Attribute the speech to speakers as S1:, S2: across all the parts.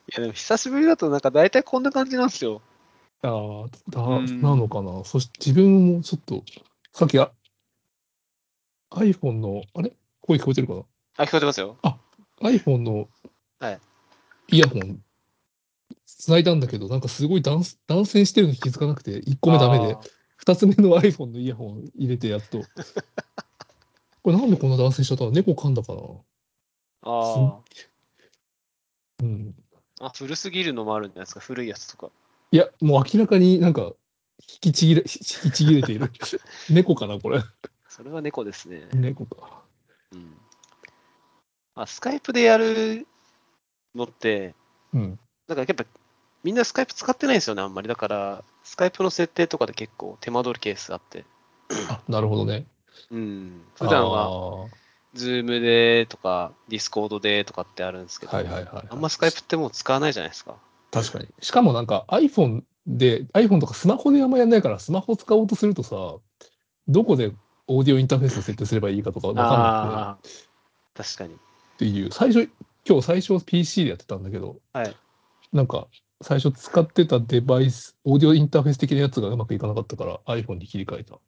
S1: いや、でも久しぶりだとなんか大体こんな感じなんですよ。
S2: ああ、だ、
S1: うん
S2: なのかな。そして自分もちょっと、さっきあ iPhone の、あれ声聞こえてるかな
S1: あ、聞こえてますよ。
S2: ?iPhone の
S1: はい
S2: イヤホン、繋いだんだけど、なんかすごい断断線してるのに気づかなくて、1個目ダメで
S1: あ、ー。
S2: 2つ目の iPhone のイヤホン入れてやっ と。これなんでこんな断線しちゃったの猫噛んだかな
S1: あ
S2: うん。
S1: ーあ。古すぎるのもあるんじゃないですか。古いやつとか。
S2: いや、もう明らかになんか、引きちぎれ、引きちぎれて いる。猫かなこれ。
S1: それは猫ですね。
S2: 猫か。
S1: うん。まあ、スカイプでやるのって、
S2: うん。
S1: なんかやっぱみんなスカイプ使ってないんですよね、あんまり。だから、スカイプの設定とかで結構手間取るケースあって。
S2: あ、なるほどね。
S1: うん。普段は、
S2: は。
S1: ズームでとか、ディスコードでとかってあるんですけど、
S2: はいはいはい。
S1: あんまスカイプってもう使わないじゃないですか。
S2: 確かに。しかもなんか iPhone で、iPhone とかスマホであんまやんないから、スマホ使おうとするとさ、どこでオーディオインターフェースを設定すればいいかとかわかんな
S1: あー確かに。
S2: くてっていう、最初、今日最初 PC でやってたんだけど、
S1: はい
S2: なんか最初使ってたデバイス、オーディオインターフェース的なやつがうまくいかなかったから iPhone に切り替えた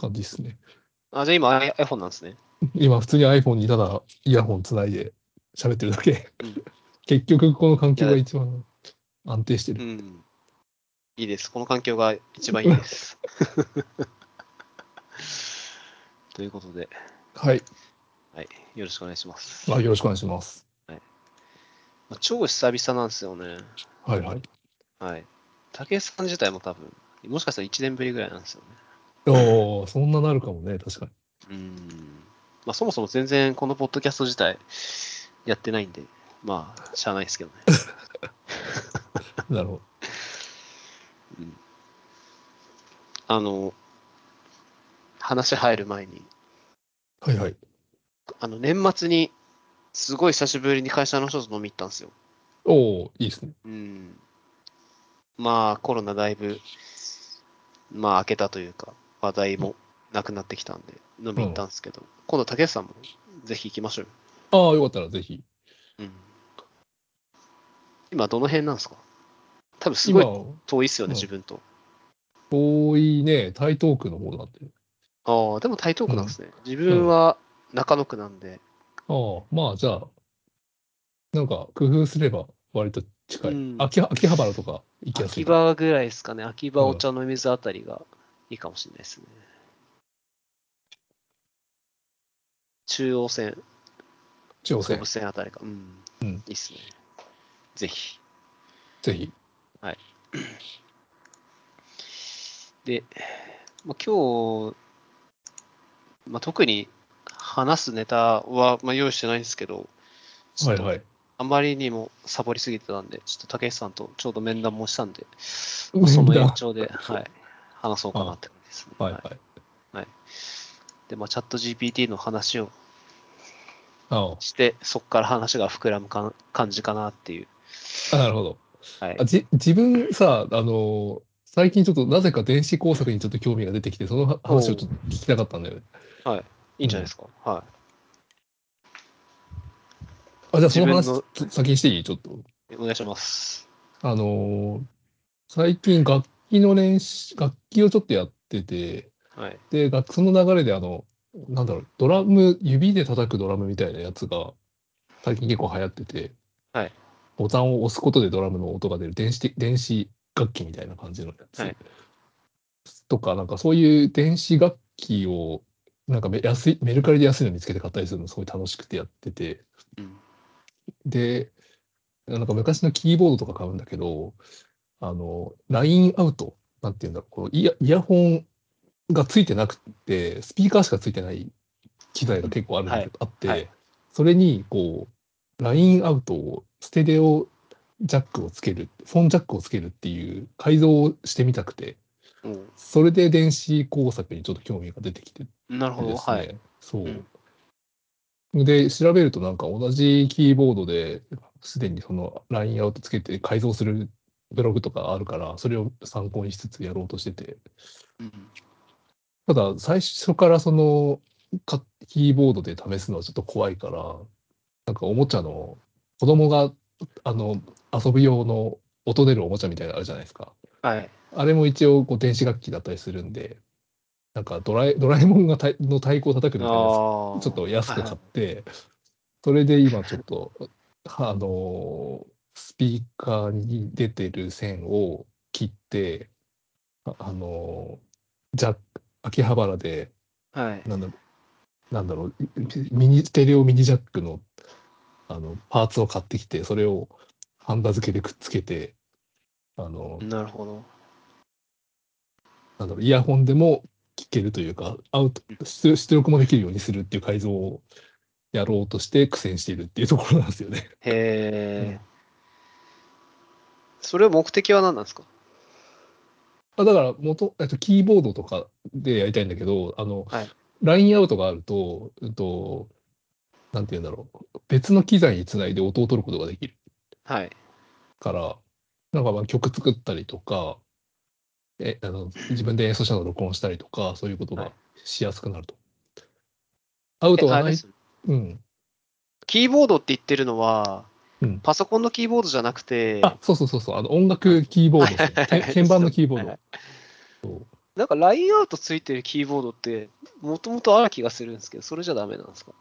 S2: 感じですね。
S1: あ、じゃあ今 i- iPhone なんですね。
S2: 今普通に iPhone にただイヤホンつないで喋ってるだけ
S1: うん。
S2: 結局この環境が一番安定してる
S1: う。ん。いいです。この環境が一番いいです。 ということで、
S2: はい。
S1: はい、よろしくお願いします。
S2: まあ、よろしくお願いします。
S1: まあ超久々なんですよね。
S2: はいはい。
S1: はい。武井さん自体も多分、もしかしたら1年ぶりぐらいなんですよね。
S2: おお、そんななるかもね、確かに。
S1: うん。まあそもそも全然このポッドキャスト自体やってないんで、まあ、しゃあないですけどね。
S2: なるほど。
S1: あの、話入る前に、
S2: はいはい。
S1: あの、年末に、すごい久しぶりに会社の人と飲み行ったんですよ。
S2: おお、いいですね。
S1: うん。まあ、コロナだいぶ、まあ、明けたというか、話題もなくなってきたんで、飲み行ったんですけど、今度、竹内さんもぜひ行きましょうよ。
S2: ああ、よかったらぜひ。
S1: うん。今、どの辺なんですか多分、すご
S2: 今
S1: い、遠いっすよね、
S2: うん
S1: 自分と。
S2: 遠いね、台東区の方なんで。
S1: ああ、でも台東区なんですね。自分は中野区なんで、
S2: ああ、まあじゃあ、なんか工夫すれば割と近い。
S1: うん
S2: 秋葉秋葉原とか行きやす
S1: 秋
S2: い。
S1: 葉ぐらいですかね。秋葉
S2: うん
S1: お茶の水あたりがいいかもしれないですね。中央線、
S2: 地方
S1: 総
S2: 線
S1: 武、線あたりか。うん。
S2: うん
S1: いいっすね。ぜひ。
S2: ぜひ。
S1: で、まあ、今日、まあ、特に話すネタは、まあ、用意してないんですけど、ちょ
S2: は
S1: っ
S2: い
S1: と
S2: はい。
S1: あまりにもサボりすぎてたんで、ちょっと竹内さんとちょうど面談もしたんで、
S2: 面
S1: まあ
S2: 談
S1: その延長で、はい、話そうかなって感じですね。
S2: はいは
S1: はい
S2: い。
S1: で、まあ、チャット GPT の話を
S2: あ
S1: して、そこから話が膨らむかん感じかなっていう。
S2: あ、なるほど。
S1: はい
S2: あ。じ自分さ、あのー最近ちょっとなぜか電子工作にちょっと興味が出てきて、その話をちょっと聞きたかったんだよね。
S1: いいんじゃないですか。はい。
S2: あ、じゃあその
S1: 自
S2: 話
S1: 分の
S2: ちょ先にしていいちょっと。
S1: お願いします。
S2: あのー最近楽器の練習、楽器をちょっとやってて、
S1: はい。
S2: で、楽その流れであの、なんだろう、ドラム、指で叩くドラムみたいなやつが、最近結構流行ってて、
S1: はい
S2: ボタンを押すことでドラムの音が出る電子的、電子楽器みたいな感じのやつ、
S1: はい
S2: とか、なんかそういう電子楽器を、なんかめ安い、メルカリで安いの見つけて買ったりするのすごい楽しくてやってて、
S1: うん。
S2: で、なんか昔のキーボードとか買うんだけど、あの、ラインアウト、なんていうんだろう、このイヤイヤホンがついてなくて、スピーカーしかついてない機材が結構あるんだけど、あって、
S1: はい
S2: それに、こう、ラインアウトを、ステレオジャックをつける、フォンジャックをつけるっていう改造をしてみたくて、
S1: うん
S2: それで電子工作にちょっと興味が出てきて
S1: なるほど。
S2: ですね。
S1: はい。
S2: そう
S1: うん。
S2: で、調べるとなんか同じキーボードで、すでにそのラインアウトつけて改造するブログとかあるから、それを参考にしつつやろうとしてて。
S1: うん
S2: ただ、最初からその、かキーボードで試すのはちょっと怖いから、なんかおもちゃの、子供が、あの、遊び用の音出るおもちゃみたいなのあるじゃないですか。
S1: はい。
S2: あれも一応こう電子楽器だったりするんで、なんかドラえドラえもんがたいの太鼓を叩くみたいなやつ
S1: ああ。
S2: ちょっと安く買っ
S1: は
S2: て、それで今ちょっと、はあのースピーカーに出てる線を切って、あ、あのーじゃ、秋葉原で、
S1: いはい。
S2: なんだ、なんだろう、ミニ、ステレオミニジャックの、あの、パーツを買ってきて、それをハンダ付けでくっつけて、あのー
S1: なるほど。
S2: なんだろう、イヤホンでも聞けるというか、アウト、出出力もできるようにするっていう改造をやろうとして苦戦しているっていうところなんですよね。
S1: へえ、
S2: うん
S1: それ目的は何なんですか
S2: あだから元、えっと、キーボードとかでやりたいんだけど、あの、
S1: はい
S2: ラインアウトがあると、えっと、なんて言うんだろう、別の機材につないで音を取ることができる
S1: はい。
S2: から、なんかまあ曲作ったりとか、えあの自分で演奏したのを録音したりとか、そういうこと
S1: は
S2: が
S1: い
S2: しやすくなると。アウト
S1: えあ
S2: は
S1: れ
S2: な
S1: で
S2: い、
S1: す
S2: うん、
S1: キーボードって言ってるのは、
S2: うん
S1: パソコンのキーボードじゃなくて、
S2: あ、そうそうそうそう、あの音楽キーボードですね、
S1: はい
S2: 鍵鍵盤のキーボー
S1: は
S2: ド。
S1: いなんかラインアウトついてるキーボードって、もともとある気がするんですけど、それじゃダメなんですか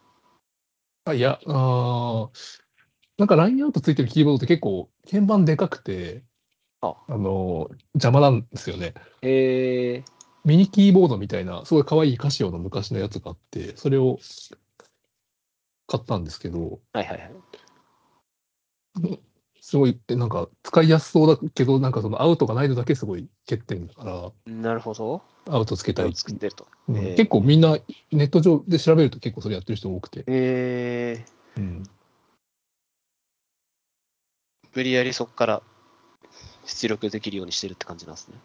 S2: あ、いや、あーなんかラインアウトついてるキーボードって結構鍵盤でかくて、
S1: あ
S2: の、邪魔なんですよね。
S1: へえ、
S2: ミニキーボードみたいな、すごい可愛いカシオの昔のやつがあって、それを買ったんですけど、
S1: はいはいはい。
S2: すごい、えなんか使いやすそうだけど、なんかそのアウトがないのだけすごい欠点だか
S1: なるほど。
S2: ら、アウトつけたい。
S1: 作ってると。
S2: うん
S1: ええ
S2: 結構みんなネット上で調べると結構それやってる人多くて。
S1: へえ、
S2: うん
S1: 無理やりそこから出力できるようにしてるって感じなんですね。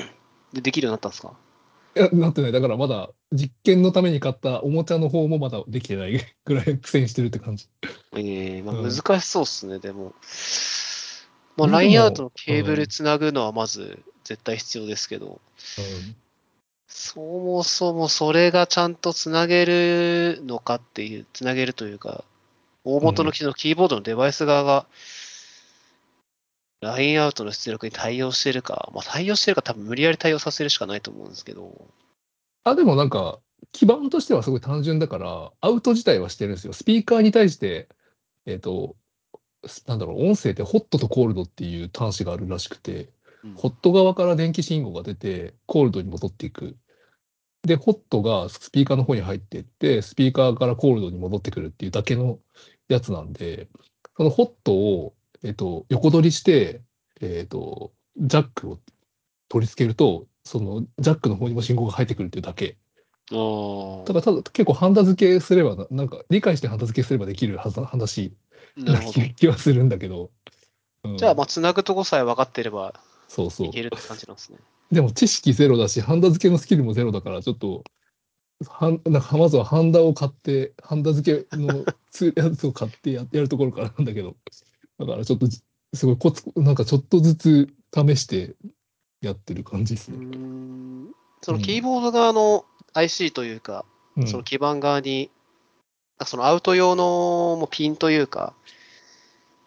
S1: でできるようになったんですか
S2: いや、なってない。だからまだ実験のために買ったおもちゃの方もまだできてないぐらい苦戦してるって感じ。
S1: ええまあ
S2: うん
S1: 難しそうですね、でも。まあ、
S2: ま
S1: ラ
S2: あでも
S1: インアウトのケーブ
S2: う
S1: ル
S2: ん
S1: つなぐのはまず絶対必要ですけど、そもそもそれがちゃんとつなげるのかっていう、つなげるというか、大元の機能、キーボードのデバイス側が、ラインアウトの出力に対応してるか、まあ、対応してるか多分無理やり対応させるしかないと思うんですけど、
S2: あ、でもなんか、基盤としてはすごい単純だから、アウト自体はしてるんですよ。スピーカーに対して、えっ、と、すなんだろう、音声ってホットとコールドっていう端子があるらしくて、
S1: うん
S2: ホット側から電気信号が出て、コールドに戻っていく。で、ホットがスピーカーの方に入っていって、スピーカーからコールドに戻ってくるっていうだけのやつなんで、そのホットを、えっと、横取りして、えっと、ジャックを取り付けると、そのジャックの方にも信号が入ってくるっていうだけ。
S1: あ
S2: ただ、ただ結構ハンダ付けすればな、なんか理解してハンダ付けすればできるはず話
S1: あ、な
S2: な
S1: るほど。
S2: 気はするんだけど。うん
S1: じゃあ、まあ、つなぐとこさえ分かってれば
S2: そうそう
S1: い。けるって感じなんですね。
S2: でも知識ゼロだし、ハンダ付けのスキルもゼロだから、ちょっと、はんなんかまずはハンダを買って、ハンダ付けのつやつを買ってややるところからなんだけど、だからちょっとじ、すごいコツ、なんかちょっとずつ試してやってる感じです
S1: うー
S2: ね。
S1: ん、そのキーボード側の IC というか、
S2: うん、
S1: その基盤側に、あそのアウト用のもうピンというか、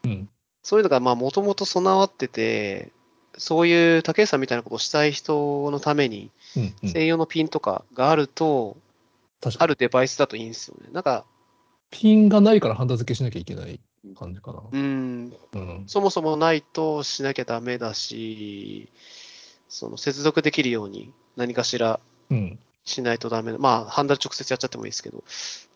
S2: うん
S1: そういうのがもともと備わってて、そういう竹内さんみたいなことをしたい人のために、
S2: うんうん
S1: 専用のピンとかがあると、
S2: 確か
S1: あ
S2: に。
S1: るデバイスだといいんですよね。なんか、
S2: ピンがないからハンダ付けしなきゃいけない感じかな。
S1: うん、
S2: うん。
S1: そもそもないとしなきゃダメだし、その接続できるように何かしら
S2: うん。
S1: しないとダメな。まあ、ハンダル直接やっちゃってもいいですけど、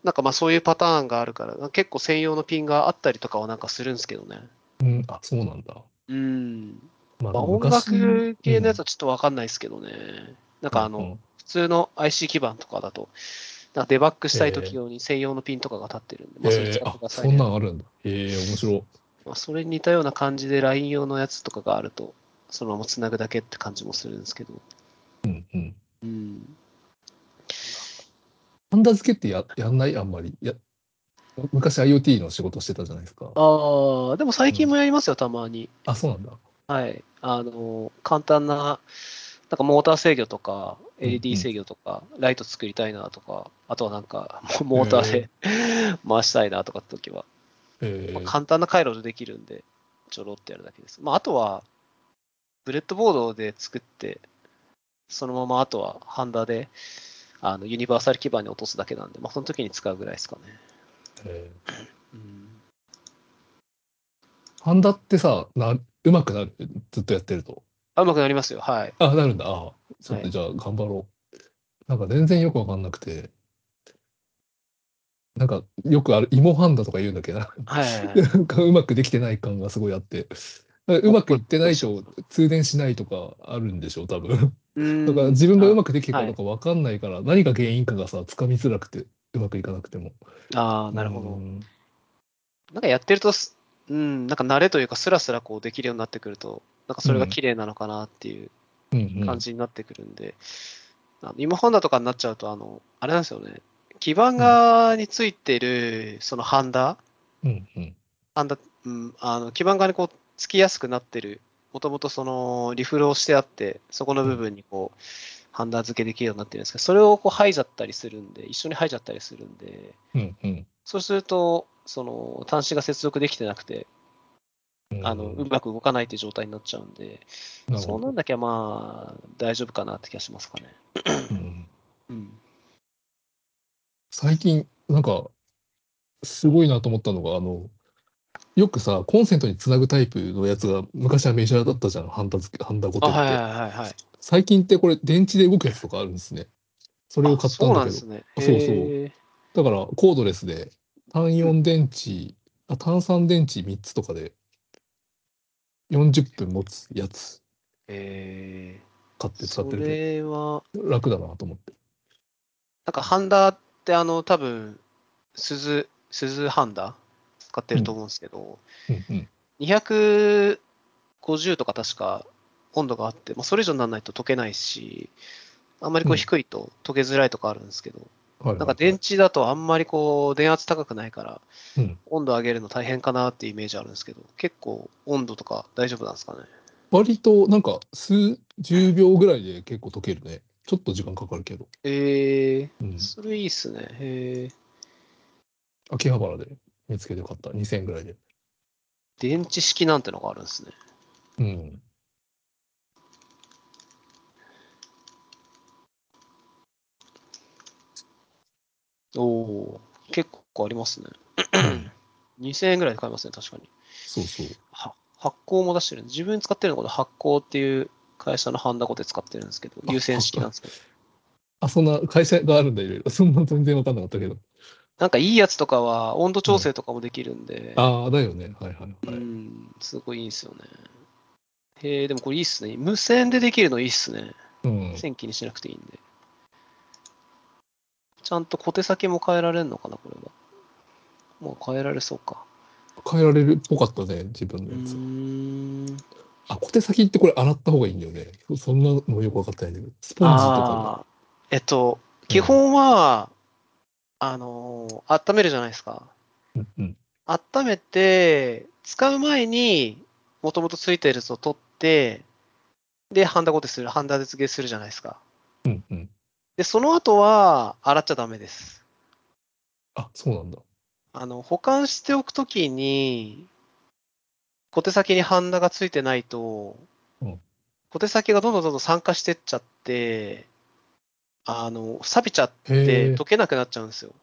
S1: なんかまあそういうパターンがあるから、結構専用のピンがあったりとかはなんかするんですけどね。
S2: うん、あ、そうなんだ。
S1: うん。
S2: ま
S1: まあ、音
S2: 昔
S1: 楽系のやつはちょっとわかんないですけどね。なんかあの、
S2: うんうん
S1: 普通の IC 基盤とかだと、なんかデバッグしたいとき用に専用のピンとかが立ってるんで、まあそれ
S2: え
S1: 使
S2: ー
S1: ってくだ
S2: あ、
S1: さい
S2: そん
S1: ね。
S2: なんあるんだ。ええ面白い。
S1: まあ、それに似たような感じで LINE 用のやつとかがあると、そのままつなぐだけって感じもするんですけど。
S2: うんうん。
S1: うん。
S2: ハンダ付けってややんないあんまり。や昔 IoT の仕事してたじゃないですか。
S1: ああ、でも最近もやりますよ、たまに。
S2: あ、そうなんだ。
S1: はい。あの、簡単な、なんかモーター制御とか、
S2: うんうん
S1: LED 制御とか、ライト作りたいなとか、あとはなんか、モ モーターで回したいなとかって時は、
S2: え
S1: まあ簡単な回路でできるんで、ちょろっとやるだけです。まあ、あとは、ブレッドボードで作って、そのままあとはハンダで、あの、ユニバーサル基板に落とすだけなんで、まあ、その時に使うぐらいですかね。
S2: えー
S1: うん。
S2: ハンダってさ、な、うまくなるずっとやってると。
S1: あ、うまくなりますよ。はい。
S2: あ、なるんだ。あちょっ
S1: は
S2: と
S1: い
S2: じゃあ頑張ろう。なんか全然よくわかんなくて。なんかよくある芋ハンダとか言うんだっけな。
S1: はいはいはい。
S2: なんかうまくできてない感がすごいあって。うまくいってないと通電しないとかあるんでしょう、多分。
S1: うん
S2: だから自分がうまくできてるかどうかわかんないから、何が原因かがさ、つかみづらくて、うまくいかなくても。
S1: ああ、なるほ
S2: う
S1: ど。
S2: ん
S1: なんかやってるとす、うん、なんか慣れというか、スラスラこうできるようになってくると、なんかそれが綺麗なのかなっていう
S2: うんうん
S1: 感じになってくるんで、あの今ハンダとかになっちゃうと、あの、あれなんですよね。基板側についてる、そのハンダ、
S2: うんうん
S1: ハンダ、うん、あの、基板側にこう、つきやすくなってる、もともとその、リフローしてあって、そこの部分にこう、ハンダ付けできるようになってるんですけど、それをこう、剥いじゃったりするんで、一緒に剥いじゃったりするんで、
S2: うんうん
S1: そうすると、その、端子が接続できてなくて、
S2: うん
S1: あの、うまく動かないって状態になっちゃうんで、
S2: なる
S1: そ
S2: ほ
S1: う
S2: ど
S1: なんだけはまあ、大丈夫かなって気がしますかね。
S2: うん
S1: うん。
S2: 最近、なんか、すごいなと思ったのが、あの、よくさ、コンセントにつなぐタイプのやつが、昔はメジャーだったじゃん、ハンダ付け、ハンダごと
S1: あ、
S2: っ
S1: はいはい
S2: て。
S1: はいはい。
S2: 最近ってこれ、電池で動くやつとかあるんですね。それを買ったん
S1: あそうな
S2: だ
S1: んで
S2: けど
S1: す。ね。
S2: そうそう
S1: へー
S2: だから、コードレスで、単4電池、あ、単3電池3つとかで、40分持つやつ
S1: え
S2: 買って
S1: ー、
S2: 使っ
S1: そ
S2: てる
S1: れは、
S2: けど、楽だなと思って。
S1: なんかハンダってあの、多分、鈴、鈴ハンダ使ってると思うんですけど、
S2: うんうん。
S1: 250とか確か温度があって、まあ、それ以上にならないと溶けないし、あんまりこ
S2: う
S1: うん低いと溶けづらいとかあるんですけど、
S2: はいはい。
S1: なんか電池だとあんまりこう電圧高くないから、
S2: うん
S1: 温度上げるの大変かなっていうイメージあるんですけど、結構温度とか大丈夫なんですかね。
S2: 割と、なんか、数十秒ぐらいで結構溶けるね。ちょっと時間かかるけど。
S1: え
S2: うん
S1: ー、。それいいっすね。えー、
S2: 秋葉原で見つけて買った。2000円ぐらいで。
S1: 電池式なんてのがあるんですね。
S2: うん。
S1: おおー、結構ありますね。2000円ぐらいで買えますね、確かに。
S2: そうそう。
S1: は発行も出してる。自分使ってるのが発行っていう会社のハンダコテ使ってるんですけど、
S2: あ
S1: 優先式なんですけど。
S2: あ、そんな会社があるんだ、いろいろ。そんな全然わかんなかったけど。
S1: なんかいいやつとかは温度調整とかもできるんで、
S2: ああ、だよね。はいはいは
S1: う
S2: い。
S1: ん、すごいいいんですよね。へえ、でもこれいいっすね。無線でできるのいいっすね。
S2: うん。
S1: 線気にしなくていいんで。ちゃんと小手先も変えられるのかな、これは。もう変えられそうか。
S2: 変えられるっぽかったね、自分
S1: う
S2: のやつ。
S1: ーん。
S2: あ、小手先ってこれ洗った方がいいんだよね。そそんなのよくわかってないんだけど。スポンジとか。
S1: ああーえっと、基本は、あのー温めるじゃないですか。
S2: うんうん。
S1: 温めて、使う前に、もともとついてるやつを取って、で、ハンダごてする、ハンダで付けするじゃないですか。
S2: うんうん。
S1: で、その後は、洗っちゃダメです。
S2: あ、そうなんだ。
S1: あの、保管しておくときに、小手先にハンダがついてないと
S2: うん、
S1: 小手先がどんどんどんどん酸化してっちゃって、あの、錆びちゃっ
S2: へ
S1: て
S2: え
S1: 溶。けなくなっちゃうんですよ。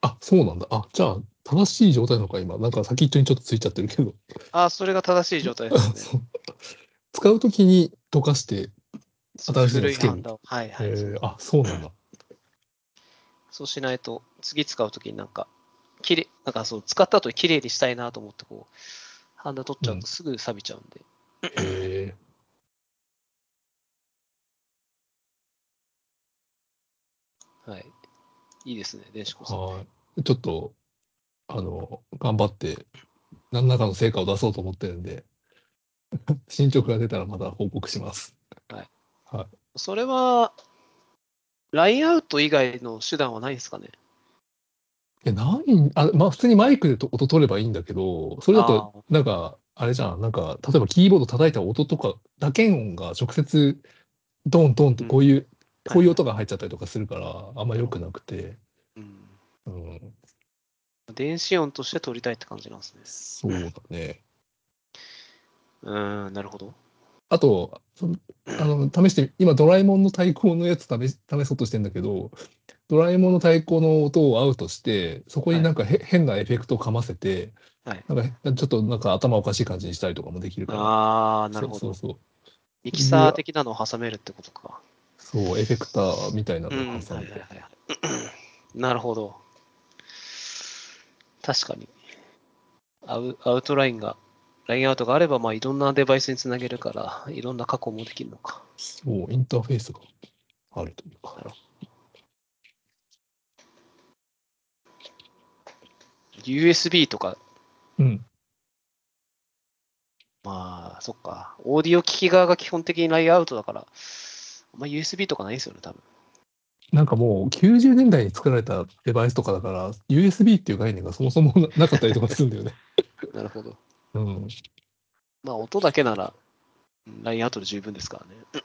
S2: あ、そうなんだ。あ、じゃあ、正しい状態なのか、今。なんか先っちょにちょっとついちゃってるけど。
S1: ああ、それが正しい状態ですね。
S2: そう使うときに溶かして、新しいの
S1: 古い
S2: つける
S1: ハンダを。はいはい。
S2: えーあ、そうなんだ。
S1: そうしないと、次使うときになんか、きれいなんかそう、使った後にきれいにしたいなと思って、こう、ハンダ取っちゃう
S2: うん
S1: とすぐ錆びちゃうんで。
S2: へえ。
S1: はい。いいですね、電子工作。
S2: はい。ちょっと、あの、頑張って、何らかの成果を出そうと思ってるんで、 進捗が出たらまた報告します。
S1: それは、ラインアウト以外の手段はないんですかね
S2: え、ない、あ、まあ、普通にマイクでと音取ればいいんだけど、それだと、なんか、あれじゃん、なんか、例えばキーボード叩いた音とか、打鍵音が直接、ドンドンってこういう、
S1: うん
S2: こういう音が入っちゃったりとかするから、あんま良くなくて、
S1: うん。
S2: うん、
S1: 電子音として取りたいって感じなんですね。
S2: そうだね。
S1: うーん、なるほど。
S2: あと、そのあの試して、今、ドラえもんの対抗のやつ試し試そうとしてんだけど、ドラえもんの対抗の音をアウトして、そこになんかへ、変なエフェクトをかませて、
S1: はい
S2: なんかちょっとなんか頭おかしい感じにしたりとかもできるから、
S1: あー、なるほ
S2: そう
S1: ど。
S2: そう
S1: ミキサー的なのを挟めるってことか。
S2: そう、そう、エフェクターみたいな
S1: う
S2: の
S1: ん、は
S2: を
S1: い
S2: 挟
S1: は
S2: ん
S1: いは
S2: で
S1: い。はい。なるほど。確かに。アウアウトラインが、ラインアウトがあれば、まあ、いろんなデバイスにつなげるから、いろんな加工もできるのか。
S2: そう、インターフェースがあるというか。
S1: USB とか、
S2: うん、
S1: まあ、そっか。オーディオ機器側が基本的にラインアウトだから、あんま USB とかないですよね、多分。
S2: なんかもう90年代に作られたデバイスとかだから、USB っていう概念がそもそもななかったりとかするん だよね。
S1: なるほど。
S2: うん、
S1: まあ、音だけなら、うんラインアウトで十分ですからね。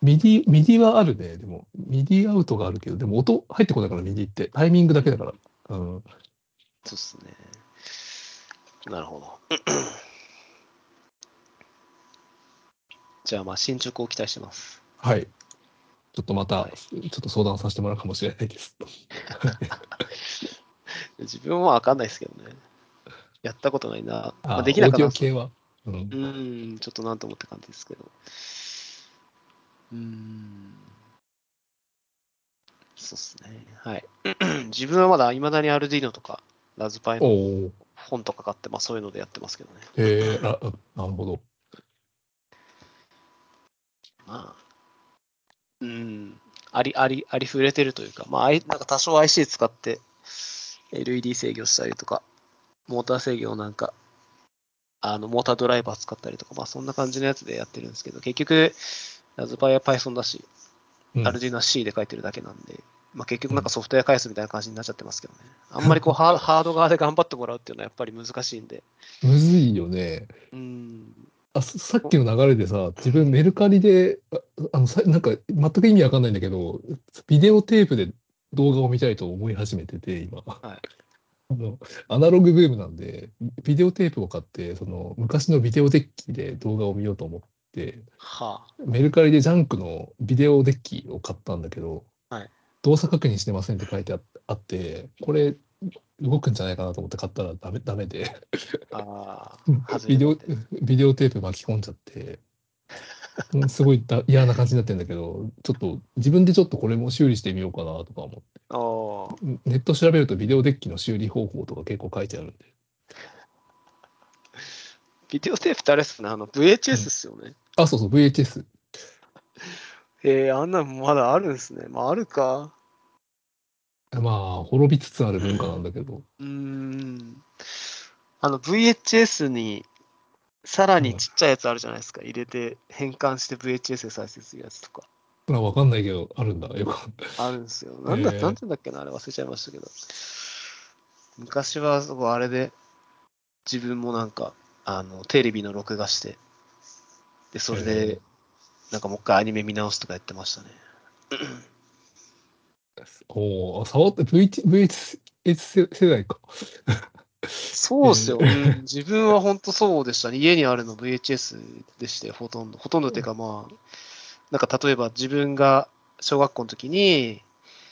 S2: ミディ、ミディはあるね。でも、ミディアウトがあるけど、でも音入ってこないから、ミディって。タイミングだけだから。うん。
S1: そうっすね。なるほど。じゃあ、まあ、進捗を期待してます。
S2: はい。ちょっとまた、
S1: はい
S2: ちょっと相談させてもらうかもしれないです。
S1: 自分は分かんないですけどね。やったことないな。まあ、
S2: あ
S1: できな
S2: オー
S1: か
S2: ディ
S1: な
S2: オ系は。うん
S1: う。ーん、ちょっとなんともって感じですけど。うーん。そうっすね。はい。 自分はまだ未だに Arduino とか、ラズパイ
S2: お
S1: の
S2: お。
S1: 本とか買って、まあそういうのでやってますけどね。
S2: へえ、あ、なるほど。
S1: まあ、うーん、あり、あり、ありふれてるというか、まあ、あいなんか多少 IC 使って、LED 制御したりとか、モーター制御をなんか、あの、モータードライバー使ったりとか、まあ、そんな感じのやつでやってるんですけど、結局、ラズパイは Python だし、
S2: うん
S1: アルディーナ C で書いてるだけなんで、まあ、結局なんかソフトウェア返すみたいな感じになっちゃってますけどね。あんまりこう、ハーハード側で頑張ってもらうっていうのはやっぱり難しいんで、
S2: むずいよね。
S1: うーん、
S2: あささっきの流れでさ、自分メルカリで、ああのさなんか全く意味わかんないんだけど、ビデオテープで動画を見たいと思い始めてて、今。
S1: い
S2: あのアナログブームなんで、ビデオテープを買って、その昔のビデオデッキで動画を見ようと思って、
S1: はあ、
S2: メルカリでジャンクのビデオデッキを買ったんだけど、
S1: はい
S2: 動作確認してませんって書いてああって、これ動くんじゃないかなと思って買ったらダメダメで。
S1: ああ、
S2: ビデオ
S1: 外れて、
S2: ビデオテープ巻き込んじゃって、うんすごいだ 嫌な感じになってんだけど、ちょっと自分でちょっとこれも修理してみようかなとか思
S1: あー
S2: って、ネット調べるとビデオデッキの修理方法とか結構書いてあるんで、
S1: ビデオテープってあれっすね、あの VHS っすよね。
S2: あ、そうそう、VHS。
S1: へえあんなのまだあるんですね。まああるか。
S2: まあ、滅びつつある文化なんだけど、
S1: うーん。あの VHS にさらにちっちゃいやつあるじゃないですか。入れて変換して VHS で再生するやつとか。
S2: まあ、わかんないけど、あるんだ。よかった。
S1: あるんですよ。なんだ、
S2: へえ
S1: なんて言うんだっけな、あれ忘れちゃいましたけど。昔はそこあれで、自分もなんか、あの、テレビの録画して、で、それ
S2: へ
S1: で
S2: え、
S1: なんかもう一回アニメ見直すとかやってましたね。
S2: おお、触って VH VHS 世代か。
S1: そうっすよ、うん自分は本当そうでしたね。家にあるの VHS でしたよ、ほとんど。ほとんどっていうかまあ、なんか例えば自分が小学校の時に、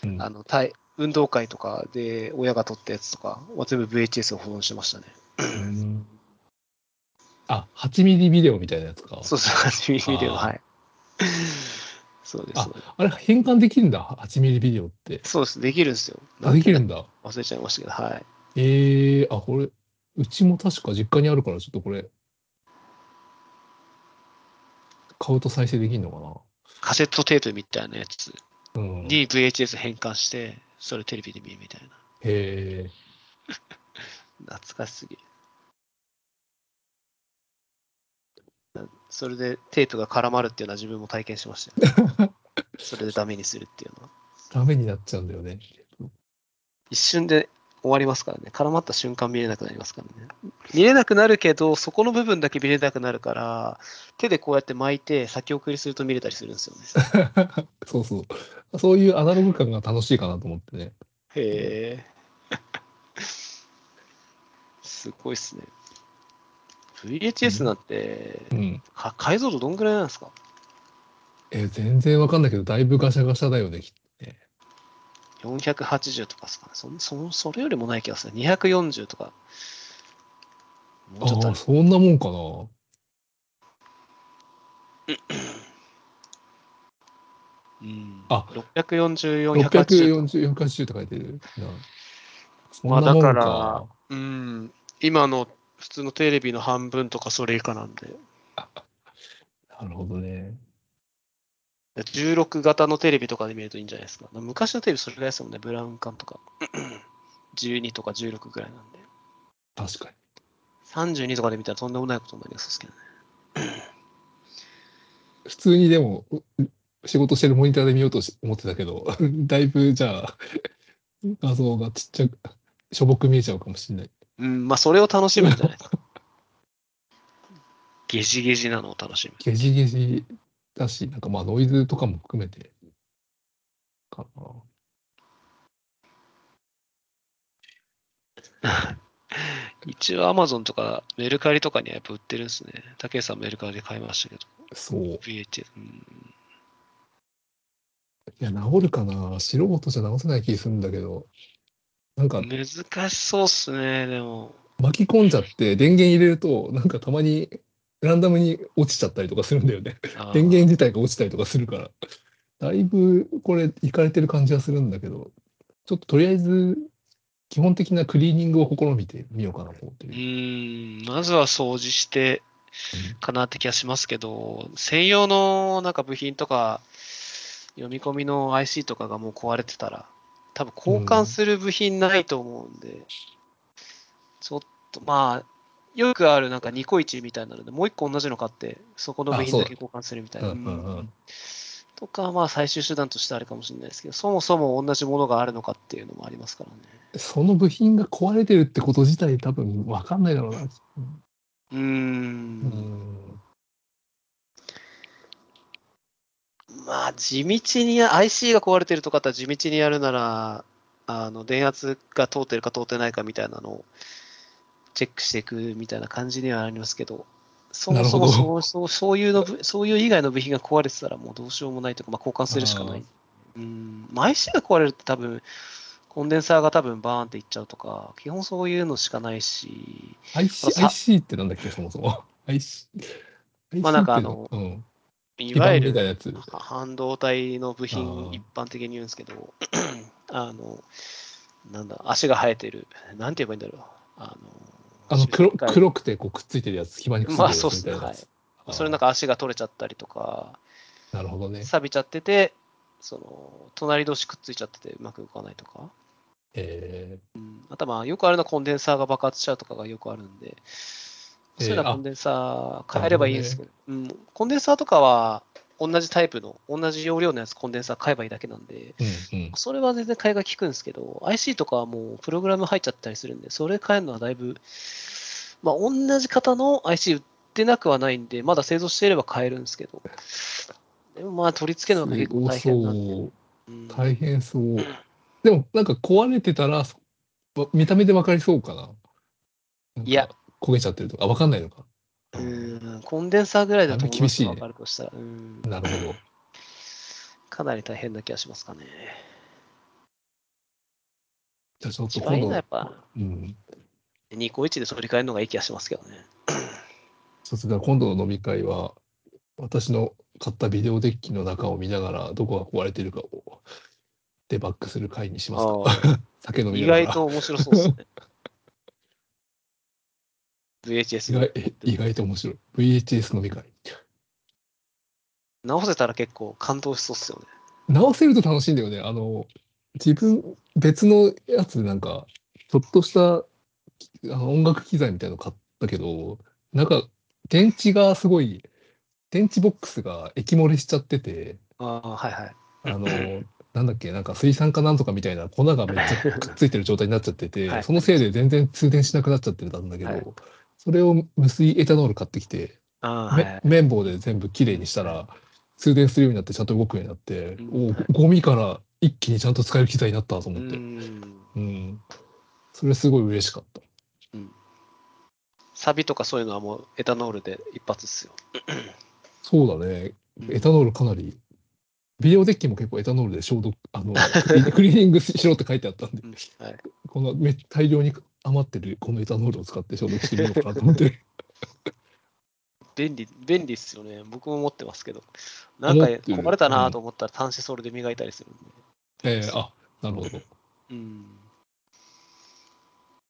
S2: うん
S1: あの体運動会とかで親が撮ったやつとかは全部 VHS を保存してましたね。
S2: うんあ、8ミリビデオみたいなやつか。
S1: そうそう、初めて見てるの
S2: あー
S1: はい。そうです。そうです
S2: あれ、変換できるんだ。8ミリビデオって。
S1: そうです、できるんですよ。
S2: あ、できる
S1: なん
S2: ん
S1: て
S2: だ。
S1: 忘れちゃいましたけど、はい。
S2: ええあ、これ、うちも確か実家にあるから、ちょっとこれ、買うと再生できるの
S1: カセットテープみたいなやつ
S2: かな。うん。へ
S1: に VHS 変換して、それテレビで見るみたい
S2: え
S1: な。懐かしすぎる。なそれでテープが絡まるっていうのは自分も体験しましたよ。それでダメにするっていうのは。
S2: ダメになっちゃうんだよね。
S1: 一瞬で終わりますからね。絡まった瞬間見れなくなりますからね。見れなくなるけど、そこの部分だけ見れなくなるから、手でこうやって巻いて先送りすると見れたりするんですよね。
S2: そうそう。そういうアナログ感が楽しいかなと思ってね。
S1: へえ。すごいっすね。 VHS なんて、
S2: うん。
S1: か解像度どんぐらいなんですか
S2: え、全然わかんないけど、だいぶガシャガシャだよね、きっとね。
S1: ?480 とかですかねそんそんそれよりもない気がする。240とか。もうちょっと
S2: あ
S1: あ
S2: あ、
S1: る
S2: そんなもんかな。
S1: うん、
S2: あ
S1: 644、180。
S2: 640、180って書いてるな。そん
S1: まあ
S2: なもん
S1: だ
S2: か。
S1: からうん、今の普通のテレビの半分とかそれ以下なんで。
S2: なるほどね。
S1: 16型のテレビとかで見るといいんじゃないですか。昔のテレビそれぐらいですもんね、ブラウン管と か。12とか16ぐらいなんで。
S2: 確かに。
S1: 32とかで見たらとんでもないことになりますけどね。
S2: 普通にでも、う仕事してるモニターで見ようとし思ってたけど、だいぶじゃあ、画像がちっちゃく、しょぼく見えちゃうかもしれない。
S1: うん、まあそれを楽しむんじゃないですか。 ゲジゲジなのを楽しむ。
S2: ゲジゲジだし、なんかまあノイズとかも含めて、かな。
S1: 一応 Amazon とかメルカリとかにはやっぱ売ってるんですね。竹井さんメルカリで買いましたけど。
S2: そう。い
S1: VHS。うん
S2: や、治るかな。素人じゃ治せない気するんだけど、なんか
S1: 難しそうっすね、でも。
S2: 巻き込んじゃって電源入れると、なんかたまにランダムに落ちちゃったりとかするんだよね。
S1: あー
S2: 電源自体が落ちたりとかするから、だいぶこれ、いかれてる感じはするんだけど、ちょっととりあえず、基本的なクリーニングを試みてみようかなと思って
S1: う
S2: る。
S1: ーん、まずは掃除してかなって気がしますけど、専用のなんか部品とか、読み込みの IC とかがもう壊れてたら、多分交換する部品ないと思うんで、ちょっとまあ、よくあるなんか2個1みたいなので、もう1個同じの買って、そこの部
S2: あ
S1: 品だ
S2: そうだ
S1: け交換するみたい
S2: うん
S1: な。
S2: うんうん
S1: とか、まあ最終手段としてあれかもしれないですけど、そもそも同じものがあるのかっていうのもありますからね。
S2: その部品が壊れてるってこと自体多分分かんないだろうな。
S1: うーん
S2: う。ん。
S1: まあ、地道にや IC が壊れてるとかだったら地道にやるなら、あの、電圧が通ってるか通ってないかみたいなのをチェックしていくみたいな感じにはなりますけど、そもそも
S2: なる
S1: そ
S2: ほ
S1: うそうそういうの部、そういう以外の部品が壊れてたらもうどうしようもないというか、まあ、交換するしかない。うん、まあ IC が壊れるって多分、コンデンサーが多分バーンっていっちゃうとか、基本そういうのしかないし、
S2: IC,
S1: さ
S2: IC ってなんだっけ、そもそも。IC。
S1: まあなんか
S2: IC って
S1: あの
S2: うん、
S1: い
S2: 基
S1: わ
S2: 板
S1: ゆ
S2: みた
S1: る
S2: いなやつ。
S1: 半導体の部品
S2: あ、ー
S1: 一般的に言うんですけど、 あの、なんだ、足が生えてる、なんて言えばいいんだろう。あの、
S2: あの黒
S1: 周回
S2: 黒くてこうくっついてるやつ、隙間にくっついてる
S1: ま
S2: や
S1: あ
S2: つ
S1: そうっ
S2: み
S1: す
S2: た
S1: ね
S2: いなやつ。あー
S1: それなんか足が取れちゃったりとか、
S2: なるほどね。
S1: 錆びちゃってて、その、隣同士くっついちゃっててうまく動かないとか。
S2: え
S1: うんあとまあ、よくあるのはコンデンサーが爆発しちゃうとかがよくあるんで、
S2: えー
S1: そういうのは
S2: あ
S1: コンデンサー変えればいいんですけど、うん、コンデンサーとかは、同じタイプの、同じ容量のやつコンデンサー買えばいいだけなんで、
S2: ーうんうん、
S1: それは全然買いが効くんですけど、IC とかはもうプログラム入っちゃったりするんで、それ買えるのはだいぶ、まあ、同じ型の IC 売ってなくはないんで、まだ製造していれば買えるんですけど、でもまあ、取り付けるのが結構大変なんで。
S2: そう
S1: うん
S2: 大変そう。でも、なんか壊れてたら、そ見た目でわかりそうかな。なんか
S1: いや。
S2: 焦げちゃってるとか、あ、わかんないのか。
S1: うん、コンデンサーぐらいだと思います
S2: あ
S1: が
S2: んま厳しいね
S1: 分かるとしたら、うん、
S2: なるほど。
S1: かなり大変な気がしますかね。
S2: じゃあちょっと
S1: 一番い
S2: 今
S1: いのはや
S2: 度
S1: っ、ぱ
S2: うん。
S1: 2個1で取り替えるのがいい気がしますけどね。
S2: そうすると今度の飲み会は、私の買ったビデオデッキの中を見ながら、どこが壊れてるかをデバッグする会にしますか。
S1: あ
S2: 酒飲
S1: ー
S2: み
S1: 意
S2: ながら。
S1: 外と面白そうですね。VHS
S2: 意外意外と面白い。VHS 飲み会。
S1: 直せたら結構感動しそうっすよね。
S2: 直せると楽しいんだよね。あの、自分、別のやつでなんか、ちょっとしたきあの音楽機材みたいなの買ったけど、なんか、電池がすごい、電池ボックスが液漏れしちゃってて、
S1: ああ、はいはい。
S2: あ の、なんだっけ、なんか水酸化なんとかみたいな粉がめっちゃくっついてる状態になっちゃって て、
S1: はい
S2: そのせいで全然通電しなくなっちゃってたんだけど、
S1: はい
S2: それを無水エタノール買ってきて、
S1: ああ、は
S2: め
S1: いはい。
S2: 綿棒で全部きれいにしたら通電するようになってちゃんと動くようになって、
S1: うん
S2: おゴミから一気にちゃんと使える機材になったと
S1: う
S2: 思って、
S1: ん。
S2: うんそれすごい嬉しかった。
S1: サビとかそういうのはもうエタノールで一発っすよ。
S2: そうだね。
S1: うん
S2: エタノールかなり、ビデオデッキも結構エタノールで消毒、あの、 クリーニングしろって書いてあったんで、
S1: うんはい、
S2: このめ大量に余ってるこのエタノールを使って消毒してみようかなと思 って。
S1: 便利、便利っすよね。僕も持ってますけど。なんか
S2: 持ってる
S1: 壊れたなと思ったら端子ソールで磨いたりするんで。
S2: えー、あ、なるほど。
S1: うん。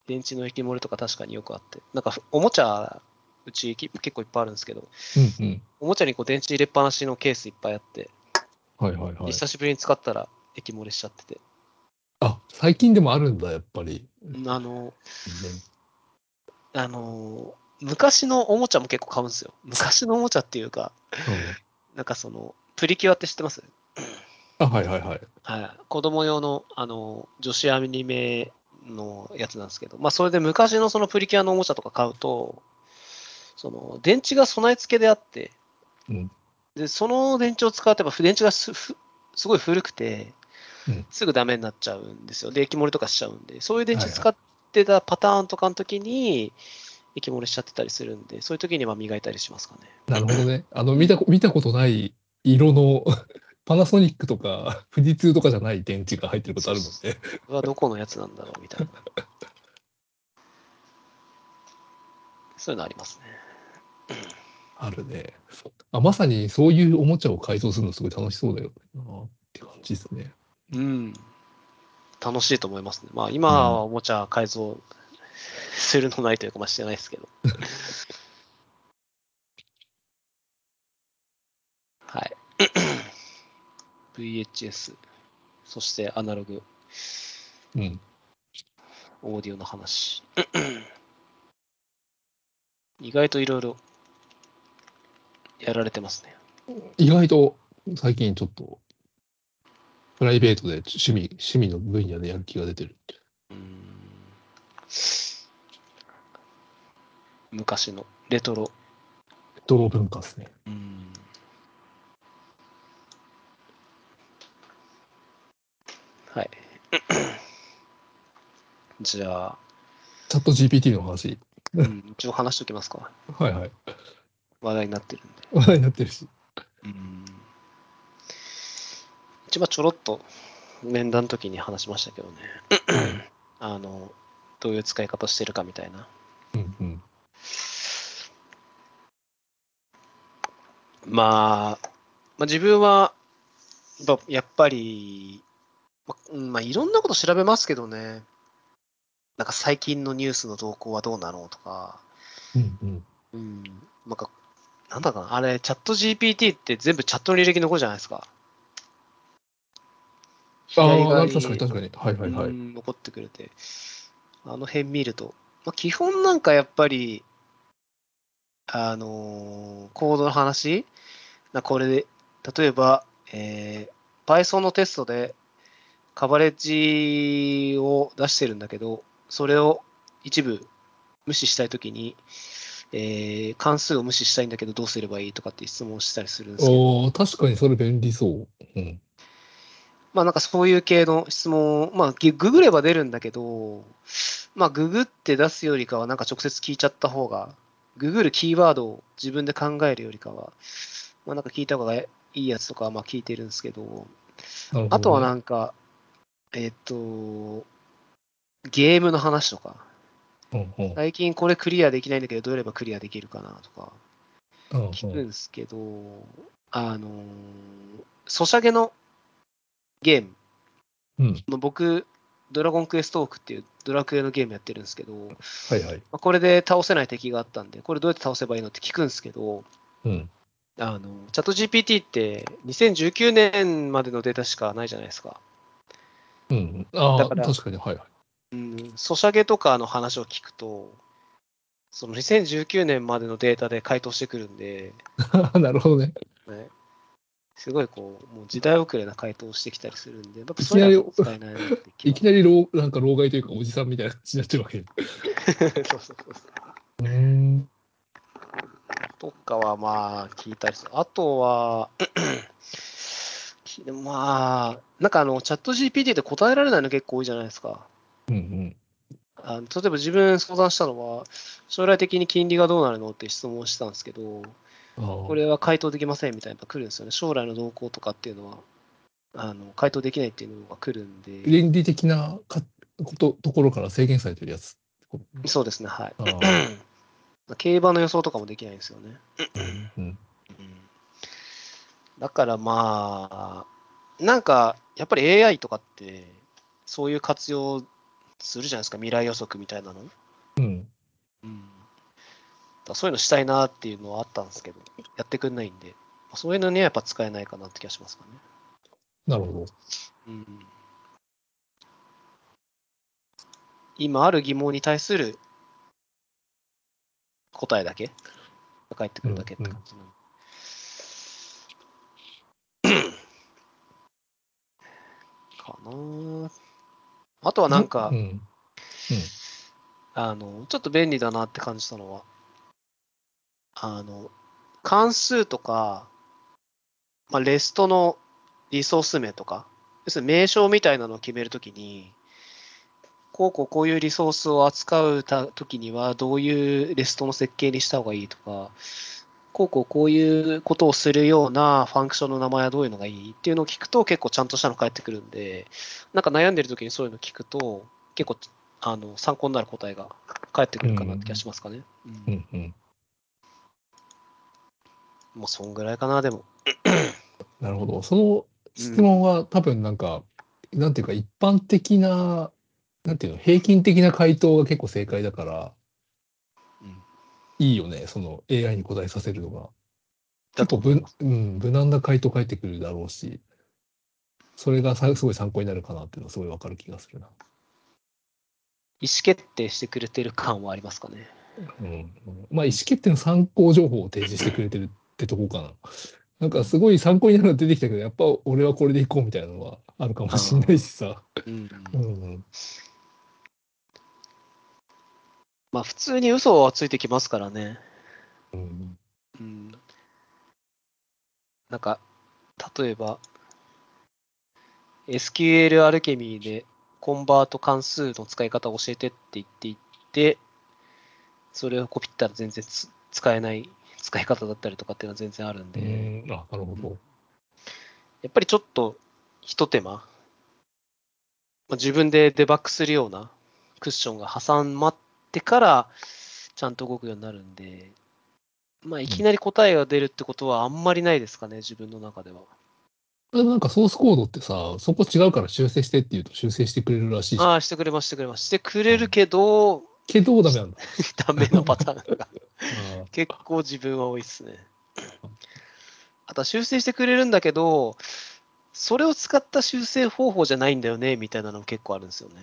S1: 電池の液漏れとか確かによくあって。なんかおもちゃ、うちき結構いっぱいあるんですけど、
S2: うんうん。
S1: おもちゃにこう電池入れっぱなしのケースいっぱいあって、
S2: はいはいはい。
S1: 久しぶりに使ったら液漏れしちゃってて。
S2: あ、最近でもあるんだ、やっぱり。
S1: うんあの、あのー昔のおもちゃも結構買うんですよ。昔のおもちゃっていうか、なんかその、プリキュアって知ってます
S2: あ、はいはいはい。
S1: はい。子供用の、あのー女子アニメのやつなんですけど、まあ、それで昔のそのプリキュアのおもちゃとか買うと、その、電池が備え付けであって、
S2: うん
S1: で、その電池を使ってば、電池がすふすごい古くて
S2: うん、
S1: すぐダメになっちゃうんですよ。で、液漏れとかしちゃうんで、そういう電池
S2: はいはい
S1: 使ってたパターンとかの時に、液漏れしちゃってたりするんで、そういう時には磨いたりしますかね。
S2: なるほどね。あの、見たこ、見たことない色の パナソニックとか、富士通とかじゃない電池が入ってることあるもんね。
S1: うわ、どこのやつなんだろうみ たいな。そういうのありますね。
S2: あるね。あ、まさにそういうおもちゃを改造するのすごい楽しそうだよなって感じですね。
S1: うん。楽しいと思いますね。まあ、今はおもちゃ改造するのないというか、まあ、してないですけ ど。はい。VHS、そしてアナログ、
S2: うん。
S1: オーディオの話。意外といろいろやられてますね。
S2: 意外と最近ちょっと、プライベートで趣味、趣味の分野でやる気が出てる。
S1: うーん昔のレトロ。
S2: ドロー文化ですね。
S1: はい。じゃあ、
S2: チャット GPT の話。
S1: うん一応話しておきますか。
S2: はいはい。
S1: 話題になってるんで。
S2: 話題になってるし。
S1: 一番ちょろっと面談の時に話しました けどね。あの、どういう使い方してるかみたいな。
S2: うんうん。
S1: まあ、まあ、自分は、やっぱやっぱり、まあうんまあ、いろんなこと調べますけどね。なんか最近のニュースの動向はどうなのとか、
S2: うんうん。
S1: うん、なんか、なんだかな、あれ、チャット GPT って全部チャットの履歴残るじゃないですか。
S2: あ
S1: 左側
S2: あ、
S1: に
S2: 確かに確かに。はいはいは
S1: う
S2: い。
S1: ん残ってくれて、あの辺見ると、まあ、基本なんかやっぱり、あのーコードの話、なこれで、例えば、えー Python のテストでカバレッジを出してるんだけど、それを一部無視したいときに、えー関数を無視したいんだけどどうすればいいとかって質問をしたりするんですけど、
S2: おお確かにそれ便利そう。うん。
S1: まあなんかそういう系の質問を、まあグググれば出るんだけど、まあググって出すよりかはなんか直接聞いちゃった方が、ググるキーワードを自分で考えるよりかは、まあなんか聞いた方がいいやつとかはまあ聞いてるんですけど、
S2: なるほどね
S1: あとはなんか、えっ、と、ゲームの話とか、
S2: うんうん
S1: 最近これクリアできないんだけど、どうやればクリアできるかなとか、
S2: うんうん
S1: 聞くんですけど、あのー、ソシャゲのゲーム、
S2: うん
S1: の僕、ドラゴンクエストオークっていうドラクエのゲームやってるんですけど、ま
S2: はいはい。
S1: あこれで倒せない敵があったんで、これどうやって倒せばいいのって聞くんですけど、
S2: うん。
S1: あのチャット GPT って2019年までのデータしかないじゃないですか。
S2: うん。あ
S1: だ
S2: あ、
S1: から
S2: 確かに。はいはい。
S1: うん、ソシャゲとかの話を聞くと、その2019年までのデータで回答してくるんで、
S2: なるほどね。
S1: ね、すごいこう、もう時代遅れな回答をしてきたりするんで、やっぱ
S2: いき
S1: そうい
S2: なり
S1: うのは使えないなって気
S2: い
S1: が
S2: きなり老、なんか老害というか、おじさんみたいな感じになっちゃうわけ。
S1: そうそうそうそう
S2: うん。
S1: とかはまあ聞いたりする。あとは、 きまあ、なんかあの、チャット GPT で答えられないの結構多いじゃないですか。
S2: うんうん。
S1: あの例えば自分相談したのは、将来的に金利がどうなるのって質問したんですけど、こ
S2: こ
S1: れは回答できませんみたいなのが来るんですよね。将来の動向とかっていうのは、あの回答できないっていうのが来るんで、
S2: 倫理的なかことところから制限されてるやつってこと。
S1: そうですね、はい。
S2: あ ー
S1: 競馬の予想とかもできないんですよね。
S2: うん
S1: だからまあ、なんかやっぱり AI とかって、そういう活用するじゃないですか、未来予測みたいなの。
S2: うん
S1: うん、そういうのしたいなっていうのはあったんですけど、やってくんないんで、そういうのにはやっぱ使えないかなって気がしますかね。
S2: なるほど。
S1: うん、今ある疑問に対する答えだけ返ってくるだけって感じなの、かなあとはなんか、
S2: うん
S1: あの、ちょっと便利だなって感じたのは、あの、関数とか、まあ、レストのリソース名とか、要するに名称みたいなのを決めるときに、こうこうこういうリソースを扱うたときには、どういうレストの設計にした方がいいとか、こうこうこういうことをするようなファンクションの名前はどういうのがいいっていうのを聞くと結構ちゃんとしたの返ってくるんで、なんか悩んでるときにそういうの聞くと、結構あの参考になる答えが返ってくるかなって気がしますかね。
S2: う
S1: うん
S2: んうん。
S1: もうそんぐらいかな、でも。
S2: なるほど。その質問は多分なんか、なんていうか一般的な、なんていうの、平均的な回答が結構正解だから、
S1: うん
S2: いいよね。その AI に答えさせるのが。
S1: だ
S2: 結
S1: と
S2: 構
S1: 思い
S2: ぶ
S1: ます、
S2: うん、無難な回答返ってくるだろうし、それがさすごい参考になるかなっていうのはすごいわかる気がするな。
S1: 意思決定してくれてる感はありますかね。
S2: うんうんまあ、意思決定の参考情報を提示してくれてるってとこかな。なんかすごい参考になるの出てきたけど、やっぱ俺はこれでいこうみたいなのはあるかもしれないしさ。
S1: うん
S2: うんうん、
S1: まあ普通に嘘はついてきますからね。
S2: うん
S1: うんなんか、例えば、SQL アルケミーでコンバート関数の使い方を教えてって言っていって、それをコピったら全然つ使えない使い方だったりとかっていうのは全然あるんで、
S2: うんあ、なるほど。
S1: やっぱりちょっとひと手間、まあ、自分でデバッグするようなクッションが挟まってからちゃんと動くようになるんで、まあ、いきなり答えが出るってことはあんまりないですかね、自分の中では。
S2: でもなんかソースコードってさ、そこ違うから修正してって言うと修正してくれるらしいし
S1: ああ、してくれます、してくれます。してくれるけど、
S2: けどダメなんだ。
S1: ダメのパターンが
S2: あ
S1: 結構自分は多いですね。あとは修正してくれるんだけど、それを使った修正方法じゃないんだよね、みたいなのも結構あるんですよね。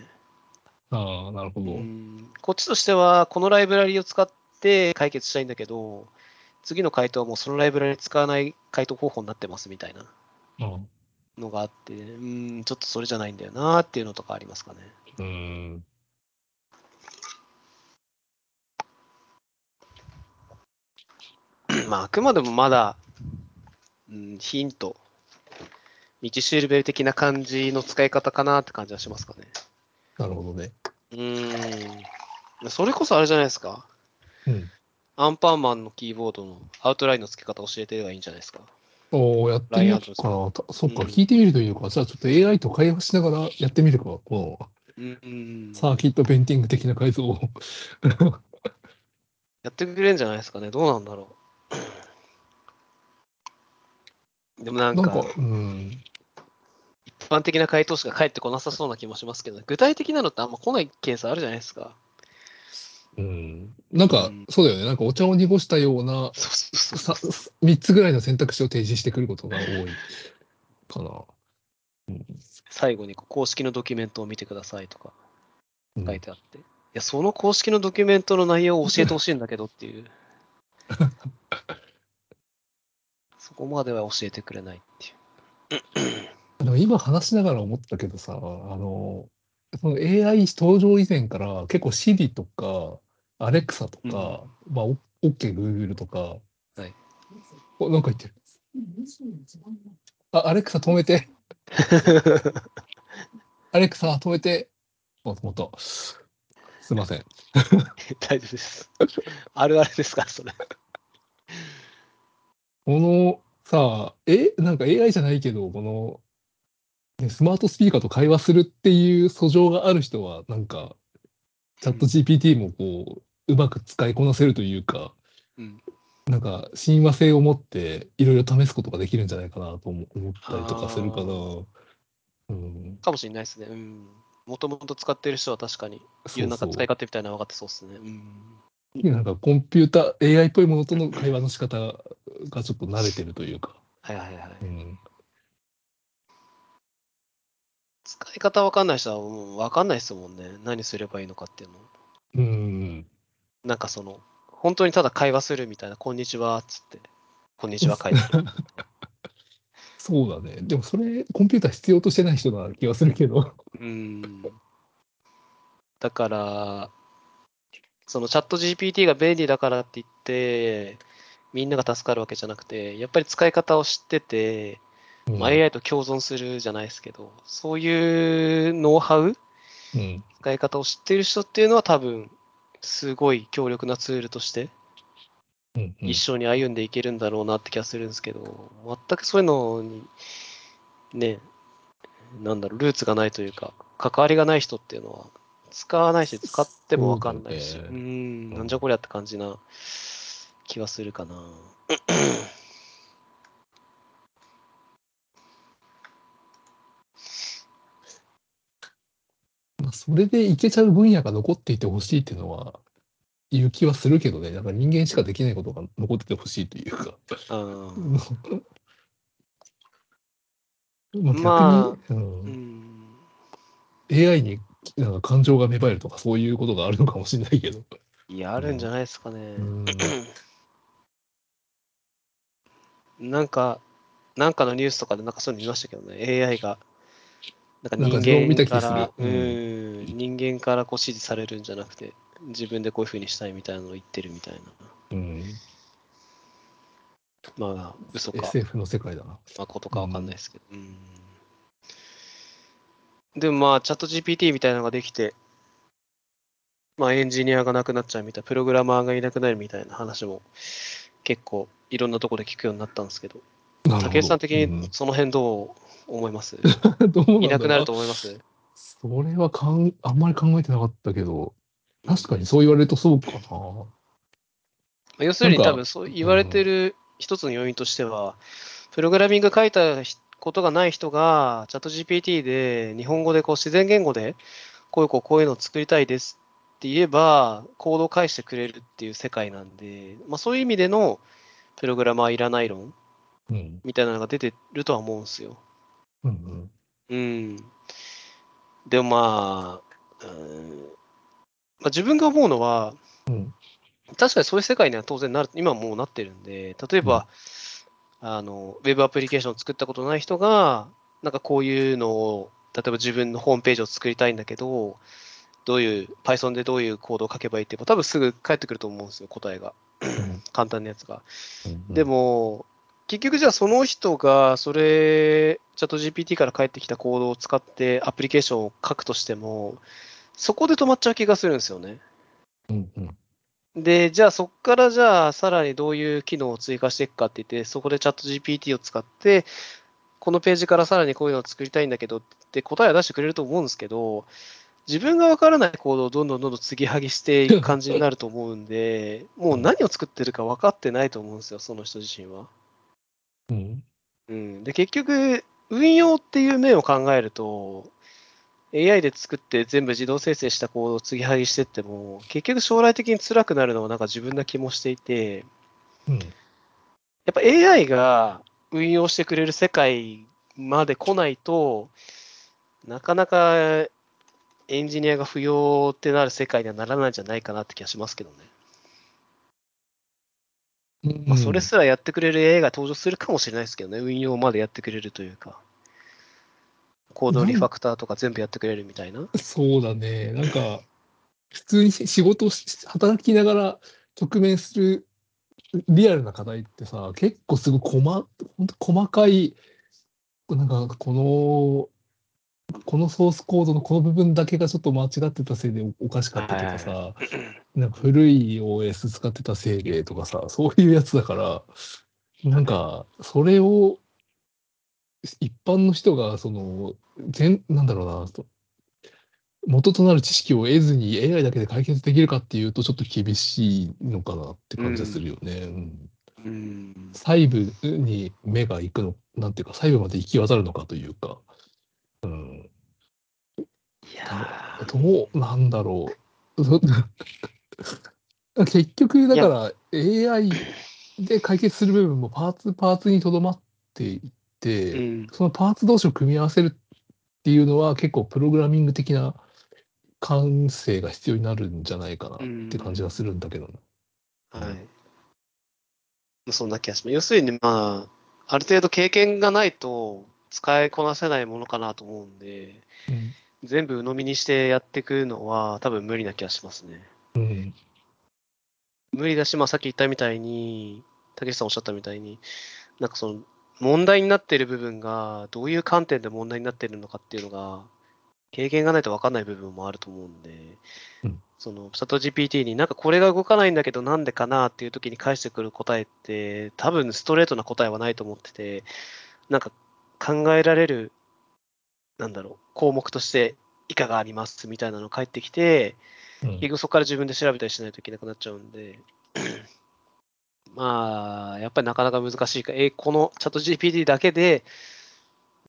S2: ーあー、なるほど。
S1: うんこっちとしては、このライブラリを使って解決したいんだけど、次の回答はもうそのライブラリ使わない回答方法になってますみたいな
S2: うん
S1: のがあって、うん、ちょっとそれじゃないんだよなっていうのとかありますかね。
S2: うん。
S1: まあ、あくまでもまだ、うん、ヒント、道しるべ的な感じの使い方かなって感じはしますかね。
S2: なるほどね。
S1: うん、それこそあれじゃないですか。
S2: うん。
S1: アンパンマンのキーボードのアウトラインの付け方教えてればいいんじゃないですか。
S2: おおやってみようかな。たそっか、聞いてみるというか、じゃあちょっと AI と会話しながらやってみるか、この
S1: うん、
S2: サーキットペインティング的な改造を。
S1: やってくれるんじゃないですかね。どうなんだろう。でもなん
S2: な
S1: か、
S2: んか、うん。
S1: 一般的な回答しか返ってこなさそうな気もしますけど、具体的なのってあんま来ないケースあるじゃないですか。
S2: うん。なんか
S1: うん、
S2: そうだよね。なんかお茶を濁したような、
S1: そうそう
S2: さ3つぐらいの選択肢を提示してくることが多いかな。
S1: 最後にこう公式のドキュメントを見てくださいとか
S2: うん
S1: 書いてあって。いや、その公式のドキュメントの内容を教えてほしいんだけどって いう。そこまでは教えてくれないっていう。
S2: でも今話しながら思ったけどさ、あの、その AI 登場以前から結構 Siri とか Alexa とか、まあ、o k Google とか、
S1: はい
S2: お、なんか言ってる。あ、Alexa 止めて。Alexa 止めて。あ、止まった。すいません。
S1: 大丈夫です。あるあるですか、それ。
S2: このさ、え、なんか AI じゃないけど、この、ね、スマートスピーカーと会話するっていう訴状がある人は、なんか、チャット GPT もこう、うまく使いこなせるというか、
S1: うん。
S2: なんか、親和性を持って、いろいろ試すことができるんじゃないかなと思思ったりとかするか
S1: あ
S2: な。
S1: ー
S2: うん。
S1: かもしれないですね。うん。もともと使ってる人は確かに、い
S2: そ
S1: ろ
S2: うん
S1: な
S2: そ
S1: 使
S2: う。
S1: い方みたいなの分かってそうですね。うん。
S2: なんか、コンピューター、AI っぽいものとの会話の仕方がちょっと慣れてるというか。
S1: はいはいはい。
S2: うん。
S1: 使い方分かんない人はもう分かんないですもんね。何すればいいのかっていうの。
S2: うん。
S1: なんかその、本当にただ会話するみたいな、こんにちはっつって、こんにちは会話。
S2: そうだね。でも、それ、コンピューター必要としてない人な気がするけど。
S1: うん。だから、そのチャット GPT が便利だからって言って、みんなが助かるわけじゃなくて、やっぱり使い方を知ってて、
S2: うん
S1: まあ AI と共存するじゃないですけど、そういうノウハウ
S2: うん。
S1: 使い方を知ってる人っていうのは多分、すごい強力なツールとして
S2: うんうん
S1: 一生に歩んでいけるんだろうなって気がするんですけど、全くそういうのに、ね、なんだろう、ルーツがないというか、関わりがない人っていうのは、使わないし、使ってもわかんないし、
S2: そう
S1: う
S2: だね
S1: ーん、なんじゃこりゃって感じな気はするかな。
S2: まあ、それでいけちゃう分野が残っていてほしいっていうのは、いう気はするけどね、なんか人間しかできないことが残っててほしいと いうか。
S1: うん、
S2: まあ逆に、
S1: ま
S2: う、
S1: うんん、
S2: AI になんか感情が芽生えるとかそういうことがあるのかもしれないけど。
S1: いや、あるんじゃないですかね
S2: う。ん、
S1: なんか、なんかのニュースとかでなんかそういうの見ましたけどね、AI が、なん
S2: なん
S1: か
S2: か自分を見
S1: 人
S2: た
S1: 間
S2: 気が
S1: か
S2: す
S1: ら、う
S2: るうん
S1: ーん、人間からこう指示されるんじゃなくて、自分でこういう風にしたいみたいなのを言ってるみたいな。
S2: うん、
S1: まあ、嘘か、
S2: SF の世界だな。
S1: まことかわかんないですけど。うんでもまあ、チャット GPT みたいなのができて、まあ、エンジニアがなくなっちゃうみたいな、プログラマーがいなくなるみたいな話も、結構いろんなところで聞くようになったんですけど、
S2: なるほど
S1: 竹内さん的
S2: う
S1: に
S2: ん
S1: その辺どう思います、
S2: どうなんだろう
S1: いなくなると思います
S2: それはかんあんまり考えてなかったけど、確かにそう言われるとそうかな。
S1: まあ要するに
S2: なんか
S1: 多分そう言われてる一つの要因としては、プログラミング書いたひことがない人が、チャット GPT で日本語でこう自然言語で、こういうこうこういうのを作りたいですって言えば、行動を返してくれるっていう世界なんで、まあ、そういう意味でのプログラマーいらない論
S2: うん。
S1: みたいなのが出てるとは思うんですよ。
S2: うんう
S1: う
S2: ん。
S1: ん。でもまあ、うんまあ、自分が思うのは、
S2: うん
S1: 確かにそういう世界には当然なる、今もうなってるんで、例えば、あの、ウェブアプリケーションを作ったことない人が、なんかこういうのを、例えば自分のホームページを作りたいんだけど、どういう、Python でどういうコードを書けばいいって、多分すぐ返ってくると思うんですよ、答えが。簡単なやつが。
S2: うん
S1: で、も、結局じゃあその人が、それ、チャット GPT から返ってきたコードを使ってアプリケーションを書くとしても、そこで止まっちゃう気がするんですよね。
S2: うんうん。
S1: で、じゃあそこからじゃあさらにどういう機能を追加していくかって言って、そこでチャット GPT を使って、このページからさらにこういうのを作りたいんだけどって答えは出してくれると思うんですけど、自分がわからないコードをどんどんどんどん継ぎはぎしていく感じになると思うんで、もう何を作ってるか分かってないと思うんですよ、その人自身は。
S2: うん
S1: うん、で結局、運用っていう面を考えると、AI で作って全部自動生成したコードを継ぎはぎしてっても、結局将来的に辛くなるのはなんか自分な気もしていて、
S2: うん
S1: やっぱ AI が運用してくれる世界まで来ないと、なかなかエンジニアが不要ってなる世界にはならないんじゃないかなって気がしますけどね。
S2: うん
S1: まあ、それすらやってくれる AI が登場するかもしれないですけどね、運用までやってくれるというか、行動リファクターとか全部やってくれるみたいな。
S2: そうだね。なんか、普通に仕事をし、働きながら直面するリアルな課題ってさ、結構すごい細、本当細かい、なんかここのソースコードのこの部分だけがちょっと間違ってたせいでおかしかったとかさ、なんか古い OS 使ってたせいでとかさ、そういうやつだから、なんか、それを、一般の人が、その、全、なんだろうな、そ元となる知識を得ずに AI だけで解決できるかっていうと、ちょっと厳しいのかなって感じがするよね。うん
S1: うん。
S2: 細部に目が行くの、なんていうか、細部まで行き渡るのかというか、
S1: いやー
S2: どうなんだろう。 そ結局、だから AI で解決する部分もパーツパーツにとどまっていって、
S1: うん。
S2: そのパーツ同士を組み合わせるっていうのは結構プログラミング的な感性が必要になるんじゃないかなって感じがするんだけどな。
S1: はい。まあそんな気がします。要するに、まあ、ある程度経験がないと使いこなせないものかなと思うんで、全部鵜呑みにしてやっていくのは多分無理な気がしますね。
S2: うんうん
S1: 無理だし、まあさっき言ったみたいに、たけしさんおっしゃったみたいに、なんかその、問題になっている部分が、どういう観点で問題になっているのかっていうのが、経験がないと分かんない部分もあると思うんで、
S2: うん
S1: その、チャット GPT になんかこれが動かないんだけどなんでかなっていう時に返してくる答えって、多分ストレートな答えはないと思ってて、なんか考えられる、なんだろう、項目として以下がありますみたいなの返ってきて、
S2: うん
S1: 結局そこから自分で調べたりしないといけなくなっちゃうんで、 まあ、やっぱりなかなか難しいか、え、このチャット GPT だけで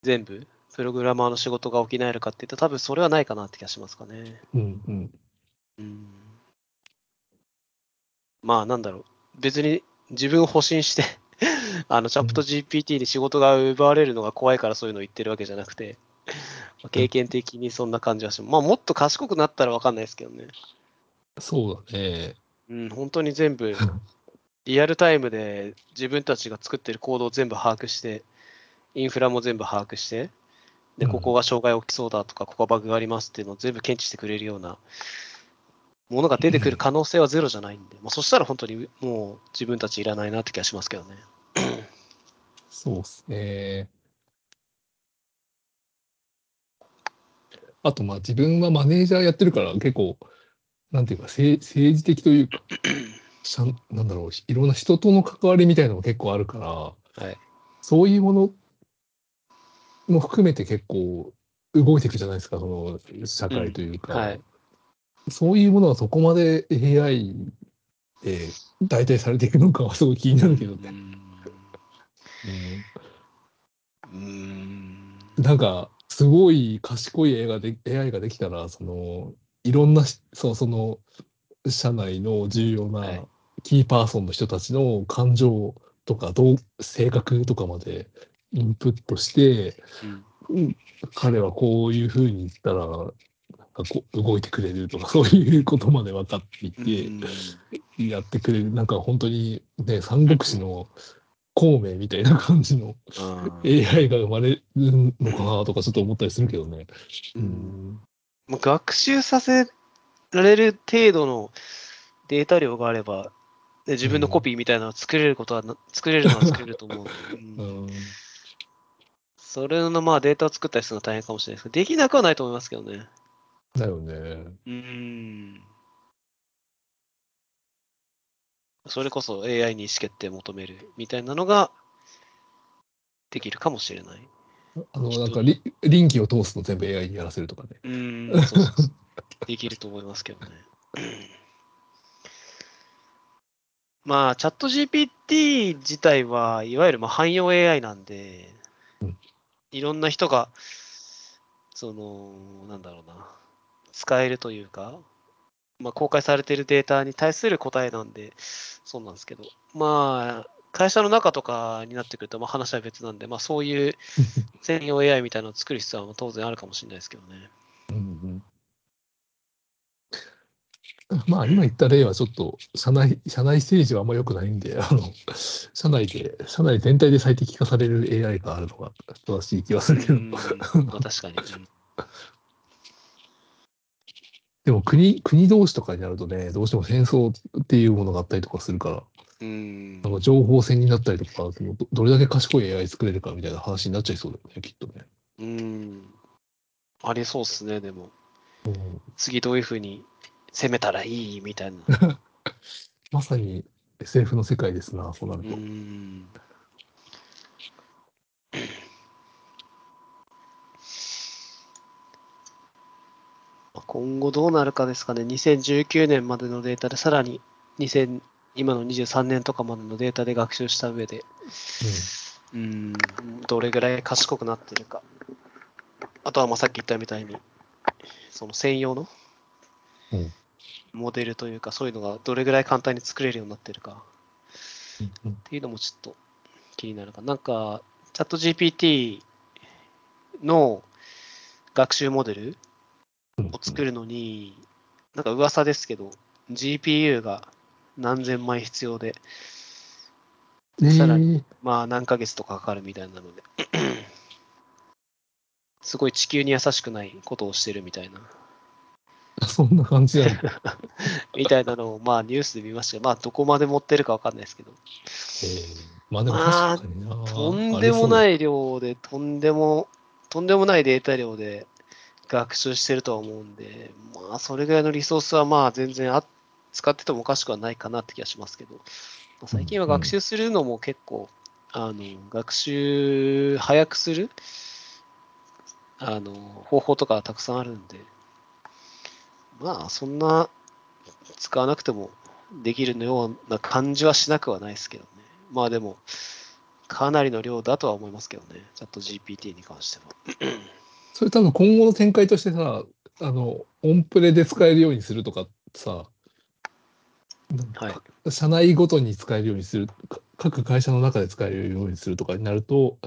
S1: 全部プログラマーの仕事が補えるかっていうと、多分それはないかなって気がしますかね。
S2: うんうん
S1: うん。まあ、なんだろう。別に自分を保身して、 あの、チャット GPT に仕事が奪われるのが怖いからそういうのを言ってるわけじゃなくて、まあ経験的にそんな感じはします。まあ、もっと賢くなったらわかんないですけどね。
S2: そうだね。
S1: うん、本当に全部、リアルタイムで自分たちが作ってる行動を全部把握して、インフラも全部把握して、で、
S2: うん
S1: ここが障害起きそうだとか、ここはバグがありますっていうのを全部検知してくれるようなものが出て くる可能性はゼロじゃないんで、まあ、そしたら本当にもう自分たちいらないなって気がしますけどね。
S2: そうっすね。あと、まあ自分はマネージャーやってるから結構、なんていうか、政政治的 というか、しゃんなんだろう、いろんな人との関わりみたいなのも結構あるから、
S1: はい
S2: そういうものも含めて結構動いていくじゃないですか、その社会というか。
S1: はい。
S2: そういうものはそこまで AI で代替されていくのかはすごい気になるけどね。うん
S1: うーん。
S2: なんか、すごい賢い映画で AI ができたら、その、いろんなし、そう、その、社内の重要
S1: はい
S2: なキーパーソンの人たちの感情とか、どう、性格とかまでインプットして、
S1: うん
S2: 彼はこういうふうに言ったら、なんかこう動いてくれるとか、そういうことまで分かっていて、
S1: うん
S2: やってくれる、なんか本当にね、三国志の孔明みたいな感じの
S1: あー
S2: AI が生まれるのかなとかちょっと思ったりするけどね。
S1: うんまあ学習させられる程度のデータ量があれば、ね自分のコピーみたいなのを作れることはな、作れるのは作れると 思う。
S2: う
S1: うん
S2: ん
S1: それのまあデータを作ったりするのは大変かもしれないですけど、できなくはないと思いますけどね。
S2: だよね。
S1: うん。それこそ AI に意思決定求めるみたいなのができるかもしれない。
S2: あの、なんかり、臨機を通すの全部 AI にやらせるとかね。
S1: うん、そうそうそうできると思いますけどね。まあ、チャット GPT 自体はいわゆるまあ汎用 AI なんで、いろんな人が、その、なんだろうな、使えるというか、まあ、公開されているデータに対する答えなんで、そうなんですけど、まあ、会社の中とかになってくると、まあ、話は別なんで、まあ、そういう専用 AI みたいなのを作る必要は当然あるかもしれないですけどね。
S2: うんうん、まあ、今言った例はちょっと、社内、社内政治はあんま良くないんで、あの、社内で、社内全体で最適化される AI があるのが正しい気がするけ
S1: う
S2: ど、
S1: ん、まあ確かに。
S2: でも国、国同士とかになるとね、どうしても戦争っていうものがあったりとかするから、
S1: うん
S2: なんか情報戦になったりとか、そのどどれだけ賢い AI 作れるかみたいな話になっちゃいそうだよね、きっとね。
S1: うん。ありそうっすね、でも。
S2: うん
S1: 次どういうふうに攻めたらいいみたいな。
S2: まさに SF の世界ですな、そうな
S1: う
S2: ると。
S1: ん。今後どうなるかですかね。2019年までのデータで、さらに2000今の23年とかまでのデータで学習した上で、うん、どれぐらい賢くなってるか。あとはまあさっき言ったみたいに、その専用の
S2: うん
S1: モデルというか、そういうのがどれぐらい簡単に作れるようになってるか。
S2: うんうん
S1: っていうのもちょっと気になるかな。なんか、チャット GPT の学習モデル
S2: うん
S1: を作るのに、なんか噂ですけど、GPU が何千枚必要で、
S2: え
S1: さら
S2: ー
S1: まあ何ヶ月とかかかるみたいなので、 すごい地球に優しくないことをしてるみたいな、
S2: そんな感じ なんだ。
S1: みたいなのをまあニュースで見ましたけど、まあどこまで持ってるかわかんないですけど、
S2: えーまあでも確かにな。。
S1: とんでもないい量で、とんでも、とんでもないデータ量で学習してるとは思うんで、まあ、それぐらいのリソースはまあ、全然あ使っててもおかしくはないかなって気がしますけど、まあ最近は学習するのも結構、あの、学習早くする、あの、方法とかたくさんあるんで、まあ、そんな、使わなくてもできるような感じはしなくはないですけどね。まあでも、かなりの量だとは思いますけどね、チャット GPT に関しては。
S2: それ多分今後の展開としてさ、あの、オンプレで使えるようにするとかさ、なんか
S1: はい
S2: 社内ごとに使えるようにする、か各会社の中で使えるようにするとかになると、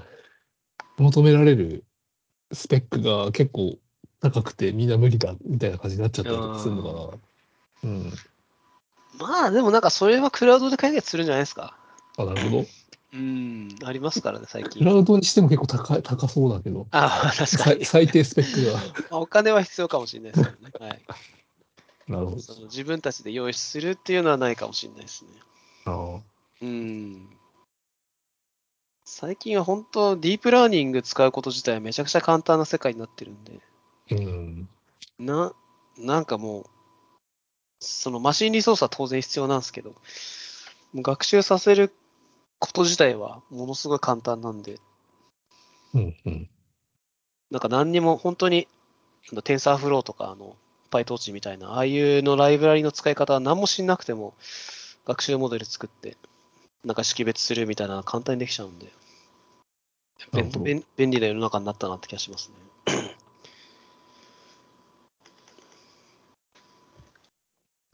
S2: 求められるスペックが結構高くてみんな無理だみたいな感じになっちゃったりとかするのかな。うん。
S1: まあでもなんかそれはクラウドで解決するんじゃないですか。
S2: あ、なるほど。
S1: うん、ありますからね、最
S2: ク
S1: 近。
S2: ラウドにしても結構高い高そうだけど、
S1: ああ、確か
S2: 最
S1: に。
S2: 最低スペックが。
S1: まあお金は必要かもしれないですけどね。はい、
S2: なるほど。
S1: その自分たちで用意するっていうのはないかもしれないですね。
S2: ああ
S1: うん。最近は本当、ディープラーニング使うこと自体はめちゃくちゃ簡単な世界になってるんで。
S2: うん。
S1: な、なんかもう、そのマシンリソースは当然必要なんですけど、もう学習させること自体はものすごい簡単なんで、
S2: うん。うん。
S1: なんか何にも本当に、あのテンサーフローとか、あの、PyTorch みたいな、ああいうのライブラリの使い方は何もしなくても、学習モデル作って、なんか識別するみたいなの簡単にできちゃうんで、
S2: なる
S1: 便
S2: ほど
S1: 便便利な世の中になったなって気がし ますね。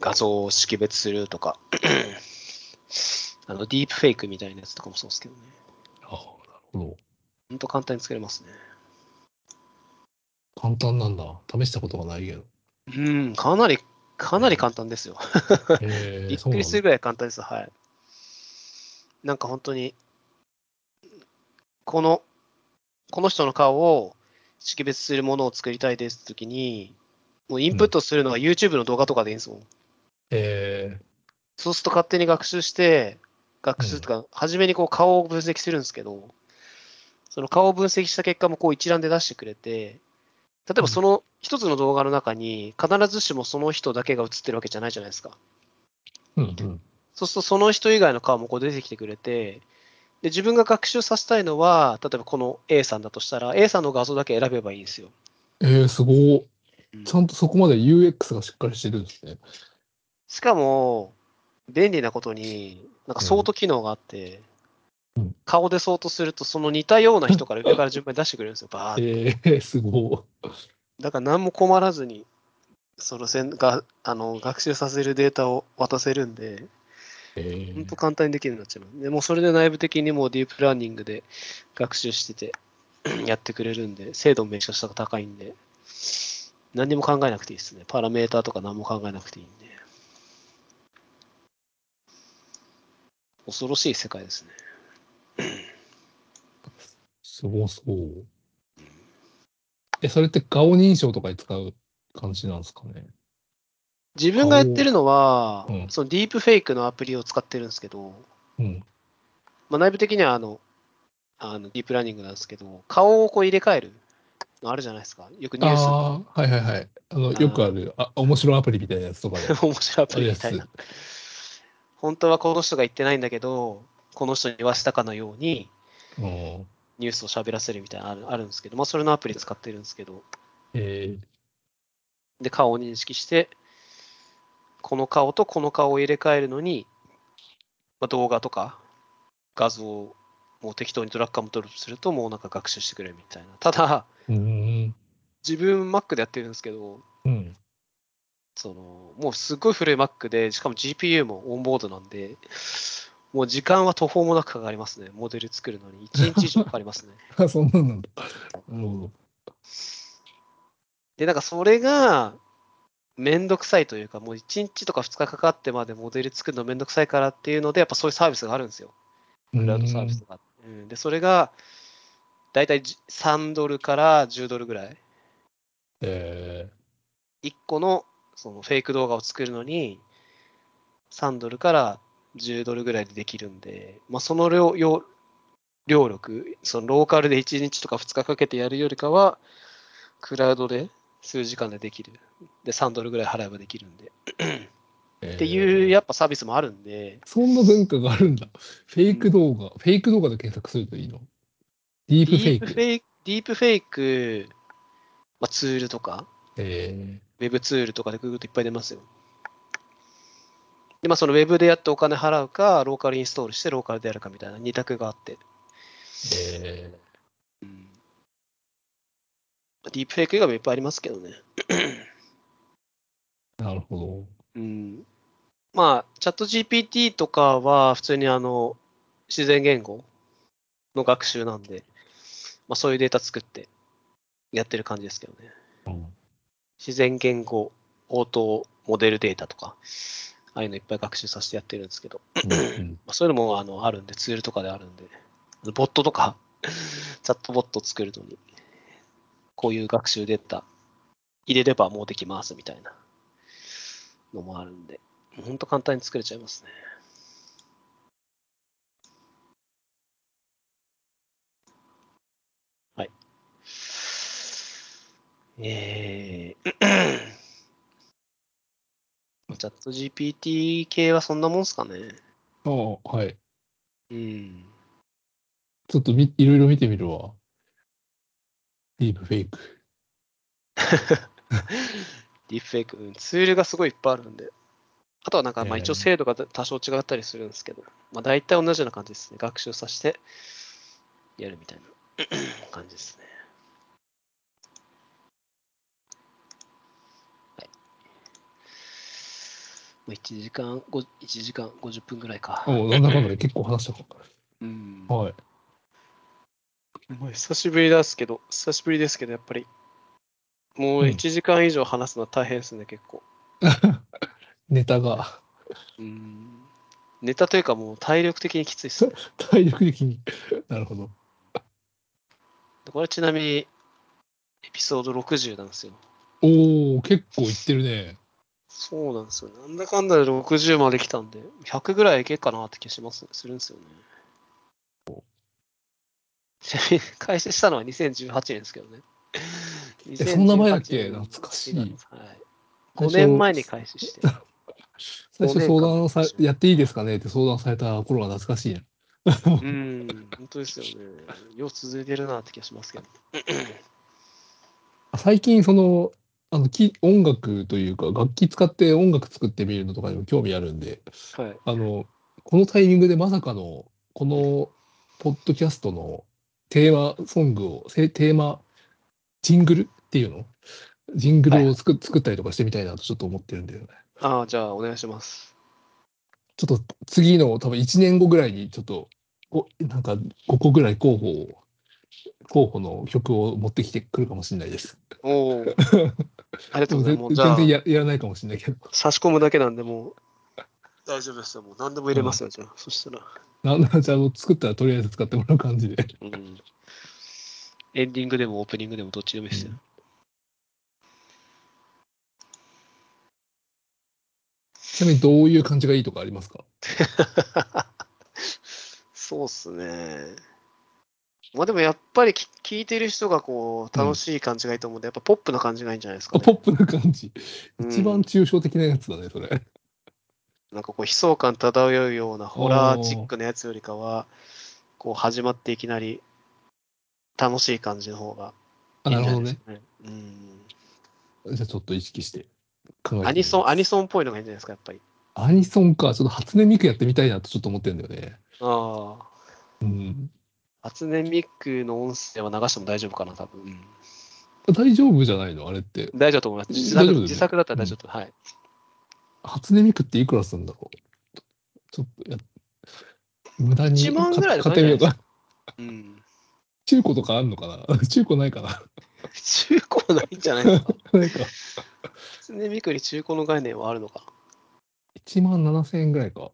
S1: 画像を識別するとか、あのディープフェイクみたいなやつとかもそうですけどね。
S2: ああ、なるほど。
S1: ほんと簡単に作れますね。
S2: 簡単なんだ。試したことがな いけど。
S1: うん、かなり、かなり簡単ですよ。
S2: え
S1: び
S2: え
S1: っ
S2: そ
S1: く
S2: うなん
S1: りする
S2: だ。
S1: ぐらい簡単です。はい。なんか本当に、この、この人の顔を識別するものを作りたいですときに、もうインプットするのは YouTube の動画とかでいいんですもん。
S2: え
S1: そうすると勝手に学習して、学習とか、初めにこう顔を分析するんですけど、その顔を分析した結果もこう一覧で出してくれて、例えばその一つの動画の中に、必ずしもその人だけが映ってるわけじゃないじゃないですか。
S2: えうんうん。
S1: そうするとその人以外の顔もこう出てきてくれて、で自分が学習させたいのは、例えばこの A さんだとしたら、A さんの画像だけ選べばいいんですよ。
S2: ええすごー
S1: うん
S2: ちゃんとそこまで UX がしっかりしてるんですね。
S1: しかも、便利なことに、なんかソート機能があって、
S2: うん
S1: 顔でソートすると、その似たような人から上から順番に出してくれるんですよ、バーって
S2: ええすご
S1: だから何も困らずに、そのせんがあの学習させるデータを渡せるんで、
S2: ええ
S1: 本当簡単にできるようになっちゃう。でもうそれで内部的にもうディープラーニングで学習してて やってくれるんで、精度もめちゃくちゃ高いんで、何にも考えなくていいですね。パラメーターとか何も考えなくていいんで。恐ろしい世界ですね。
S2: すごそう。え、それって顔認証とかに使う感じなんですかね。
S1: 自分がやってるのは、
S2: うん
S1: そのディープフェイクのアプリを使ってるんですけど、
S2: うん。
S1: まあ、内部的にはあの、あのディープラーニングなんですけど、顔をこう入れ替える。のあるじゃないですか。よくニュースの
S2: ああ、はいはいはい。あの、
S1: あー
S2: よくある、あ、面白いアプリみたいなやつと かで。
S1: 面白いアプリみたいな。本当はこの人が言ってないんだけど、この人に言わせたかのように
S2: うん。
S1: ニュースを喋らせるみたいなのあるあるんですけど、まあそれのアプリ使ってるんですけど、
S2: え
S1: で、顔を認識して、この顔とこの顔を入れ替えるのに、まあ、動画とか画像をもう適当にトラッカーも取るとすると、もうなんか学習してくれるみたいな。ただ、
S2: ー、うーん。
S1: 自分 Mac でやってるんですけど、
S2: うん。
S1: そのもうすごい古い Mac で、しかも GPU もオンボードなんで、もう時間は途方もなくかかりますね。モデル作るのに。1日以上かかりますね。
S2: あ、そんなんなんだ。なるほど。
S1: で、なんかそれが、めんどくさいというか、もう1日とか2日かかってまでモデル作るのめんどくさいからっていうので、やっぱそういうサービスがあるんですよ。クラウドサービスとか。うん、で、それが、だいたい3ドルから10ドルぐらい。
S2: え
S1: 1個のそのフェイク動画を作るのに、3ドルから10ドルぐらいでできるんで、まあ、その量量量力、そのローカルで1日とか2日かけてやるよりかは、クラウドで数時間でできる。で、3ドルぐらい払えばできるんで。
S2: ー、
S1: っていう、
S2: や
S1: やっぱサービスもあるんで、
S2: そんな文化があるんだ。フェイク動画、フェイク動画で検索するといいの。ディープフェイク。
S1: ディープフェイク、ディープフェイク、まあ、ツールとか、
S2: え
S1: ウェブツールとかでググるといっぱい出ますよ。で、まあ、そのウェブでやってお金払うか、ローカルインストールしてローカルでやるかみたいな二択があって、
S2: ー、えー
S1: うんディープフェイク以外もいっぱいありますけどね。
S2: なるほ
S1: うん、まあ、チャット GPT とかは普通にあの自然言語の学習なんで、まあ、そういうデータ作ってやってる感じですけどね。
S2: ど。うん
S1: 自然言語応答モデルデータとか、ああいうのいっぱい学習させてやってるんですけど、
S2: うん
S1: まあ、そういうのもあのあるんで、ツールとかであるんで、ボットとか、 チャットボット作るのに、こういう学習データ入れればもうできますみたいなのもあるんで、ほんと簡単に作れちゃいますね。はい。えー、 チャット GPT 系はそんなもんすかね。
S2: うん、ああ、はい。
S1: うん。
S2: ちょっとみいろいろ見てみるわ。ディープフェイク。
S1: ディープフェイク、うんツールがすごいいっぱいあるんで。あとはなんか、まあ
S2: えー
S1: 一応精度が多少違ったりするんですけど、まあ大体同じような感じですね。学習させて、やるみたいな 感じですね。はい。まあ1時間、ご1時間50分ぐらいか。
S2: おうなんだかんだで結構話したか。
S1: うん。
S2: はい。
S1: まあ久しぶりですけど、久しぶりですけど、やっぱり、もう
S2: うん
S1: 1時間以上話すのは大変ですね、結構。
S2: ネタが
S1: うんネタというかもう体力的にきついっ すね。
S2: 体力的に。なるほど。
S1: これちなみにエピソード60なんですよ。
S2: おお、結構いってるね。
S1: そうなんですよ。なんだかんだで60まで来たんで、100ぐらいいけっかなって気しますするんですよね。 ちなみに開始したのは2018年ですけどね。
S2: えそんな前だっけ
S1: 2018年
S2: 懐かしい
S1: 4月はい。5年前に
S2: 最初
S1: 開始して。
S2: 最初相談さ
S1: 五年間
S2: やっていいですかねって相談された頃が懐かしいな。
S1: うん、本当ですよね。よう続いてるなって気がしますけど。
S2: 最近そのあのき音楽というか楽器使って音楽作ってみるのとかにも興味あるんで
S1: はい。
S2: あのこのタイミングでまさかのこのポッドキャストのテーマソングをせテーマジングルっていうのジングルを作,、作ったりとかしてみたいなとちょっと思ってるんだよね。
S1: ああ、じゃあお願いします。
S2: ちょっと次の多分1年後ぐらいにちょっとおなんか5個ぐらい候補を候補の曲を持ってきてくるかもしれないです。
S1: おお。 ありが
S2: で
S1: とうござい
S2: も全
S1: ます。じゃ
S2: 全
S1: あ
S2: 然、ややらないかもしれないけど。
S1: 差し込むだけなんで、もう。大丈夫ですよ。もう何でも入れますよ、じゃあ。そしたら。
S2: なんならじゃあもう作ったらとりあえず使ってもらう感じで。
S1: うん。エンディングでもオープニングでもどっちでもいいですよ。
S2: ちなみにどういう感じがいいとかありますか
S1: そうっすね。まあでもやっぱりき聴いてる人がこう楽しい感じがいいと思うんで、やっぱポップな感じがいいんじゃないですか、
S2: あ
S1: ね。
S2: ポップな感じ。
S1: うん
S2: 一番抽象的なやつだね、それ。
S1: なんかこう悲壮感漂うようなホラーチックなやつよりかは、こう始まっていきなり楽しい感じの方が
S2: あ
S1: いい
S2: なんる
S1: じ
S2: ほ
S1: ゃな
S2: ど
S1: いで
S2: ね
S1: す。かね。うん
S2: じゃあちょっと意識して考えてみます
S1: アニソン、アニソンっぽいのがいいんじゃないですか、やっぱり。
S2: アニソンか。ちょっと初音ミクやってみたいなとちょっと思ってるんだよね。
S1: ああ。
S2: うん。
S1: 初音ミクの音声は流しても大丈夫かな、多分。うん
S2: 大丈夫じゃないのあれって。
S1: 大丈夫だと思います。自作,、
S2: 大丈夫だよね
S1: 自作だったら大丈夫、はい。
S2: 初音ミクっていくらするんだろうちょっとや、無駄に
S1: 1万ぐらいで
S2: 買ってみよう
S1: 買
S2: か。
S1: うん。
S2: 中古とかあんのかな 中古ないかな
S1: 中古ないんじゃないですか。
S2: ないか。
S1: 初音ミクに中古の概念はあるのか
S2: 1万7000円ぐらいか。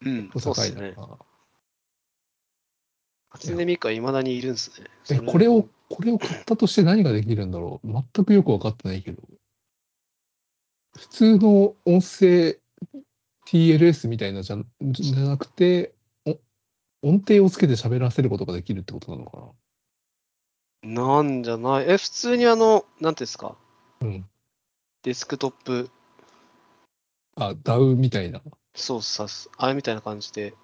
S1: な。うんそうで
S2: 高
S1: す
S2: いな。
S1: ね。初音ミクはいまだにいるんですね。
S2: え、
S1: そ
S2: これを、これを買ったとして何ができるんだろう全くよく分かってないけど。普通の音声 TLS みたいなじゃんじゃなくて、お音程をつけて喋らせることができるってことなのかな
S1: なんじゃないえ、普通にあの、なんていうんですか
S2: うん。
S1: デスクトップ、
S2: あ、DAW みたいな。
S1: そうさ、あれみたいな感じで、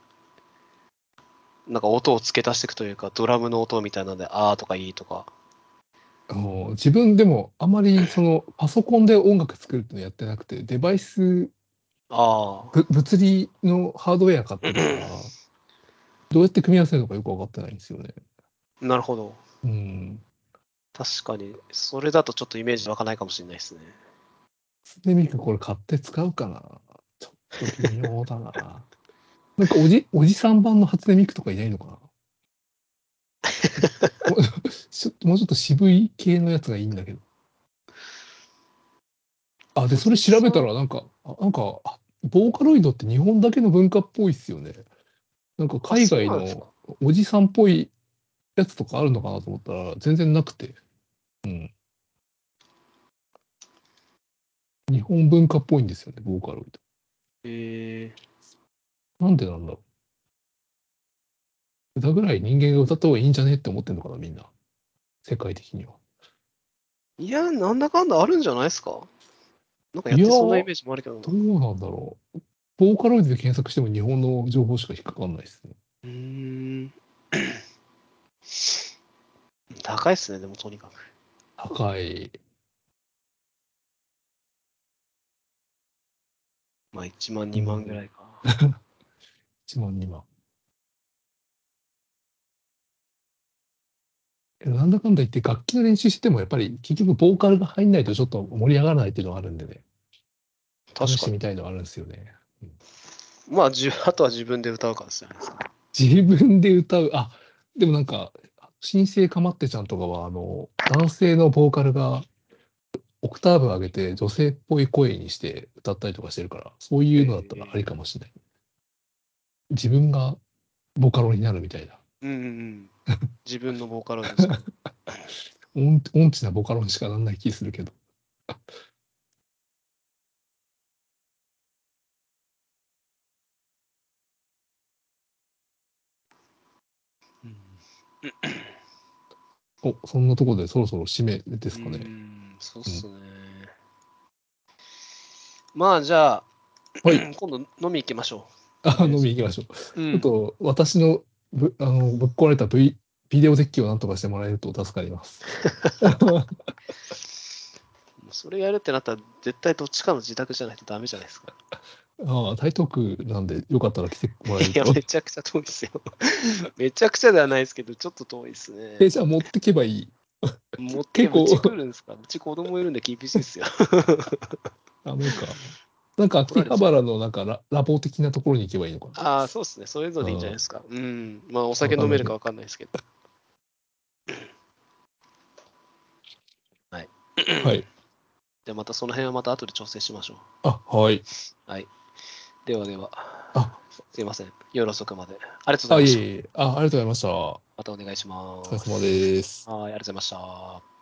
S1: なんか音を付け足していくというか、ドラムの音みたいなので、あーとかいいとか。
S2: あの自分でもあまりそのパソコンで音楽作るってのやってなくて、デバイス
S1: ああ、
S2: ぶ物理のハードウェア買ってるから、どうやって組み合わせるのかよく分かってないんですよね。
S1: なるほど。
S2: うん。
S1: 確かに、それだとちょっとイメージ湧かないかもしれないですね。
S2: スネミクこれ買って使うかなちょっと微妙だな。 なんかおじ、おじさん版の初音ミクとかいないのかな もう ちょっともうちょっと渋い系のやつがいいんだけど。あ、で、それ調べたらなんか、あなんか、あボーカロイドって日本だけの文化っぽいっすよね。なんか海外
S1: あそうなんですか
S2: のおじさんっぽいやつとかあるのかなと思ったら全然なくて。うん。日本文化っぽいんですよね、ボーカロイド。
S1: え
S2: なんでなんだろう。歌ぐらい人間が歌った方がいいんじゃねって思ってんのかな、みんな。世界的には。
S1: ー、いや、なんだかんだあるんじゃないですかなんかやってそうなイメージもあるけどな。
S2: どうなんだろう。ボーカロイドで検索しても日本の情報しか引っかかんないですね。
S1: うーん。高いっすね、でもとにかく。
S2: 高い。
S1: まあ1万、2万ぐらいか。
S2: 1万、2万。えなんだかんだ言って楽器の練習しててもやっぱり結局ボーカルが入んないとちょっと盛り上がらないっていうのがあるんでね。試
S1: 確
S2: し
S1: か
S2: て
S1: に。
S2: みたいのはあるんですよね。
S1: まあ、じゅ あとは自分で歌うかですよね。
S2: 自分で歌う。あ、でもなんか、新生かまってちゃんとかは、あの、男性のボーカルがオクターブ上げて女性っぽい声にして歌ったりとかしてるから、そういうのだったらありかもしれない。自分がボカロになるみたいな。
S1: うんうんうん。自分のボーカルですか。
S2: 音音痴なボカロにしかなんない気するけど。
S1: うん
S2: お、そんなところでそろそろ締めですか
S1: う
S2: ね。
S1: ん、そうっすね。まあ、じゃあ、
S2: はい
S1: 今度飲み行きましょ
S2: あ、飲み行きましょう。
S1: う。
S2: ちょっと私のぶあのぶっ壊れた V ビデオデッキをなんとかしてもらえると助かります。
S1: うんそれやるってなったら、絶対どっちかの自宅じゃないとダメじゃないですか。
S2: ああ、台東区なんで、よかったら来てもらえる
S1: いや、
S2: と
S1: め。ちゃくちゃ遠いですよ。めちゃくちゃではないですけど、ちょっと遠いですね
S2: え、。じゃあ持ってけばいい。
S1: 持って
S2: 結構
S1: うち来るんですかうち子供いるんで厳しい ですよ。
S2: ダメか。なんか、秋葉原のなんかララボ的なところに行けばいいのかな。
S1: ああ、そうですね。それぞれでいいんじゃないですか。うん。まあ、お酒飲めるかわかんないですけど。
S2: はい。
S1: じゃあまたその辺はまた後で調整しましょう。
S2: あ、はい。
S1: ではでは。
S2: あ
S1: すいません。夜遅くまで。ありがとうご
S2: あ、
S1: ざいま
S2: いえ
S1: した。
S2: いえ。あ、ありがとうございました。お
S1: またお願いしま
S2: 疲れ
S1: す。
S2: 様です。
S1: はい、ありがとうございました。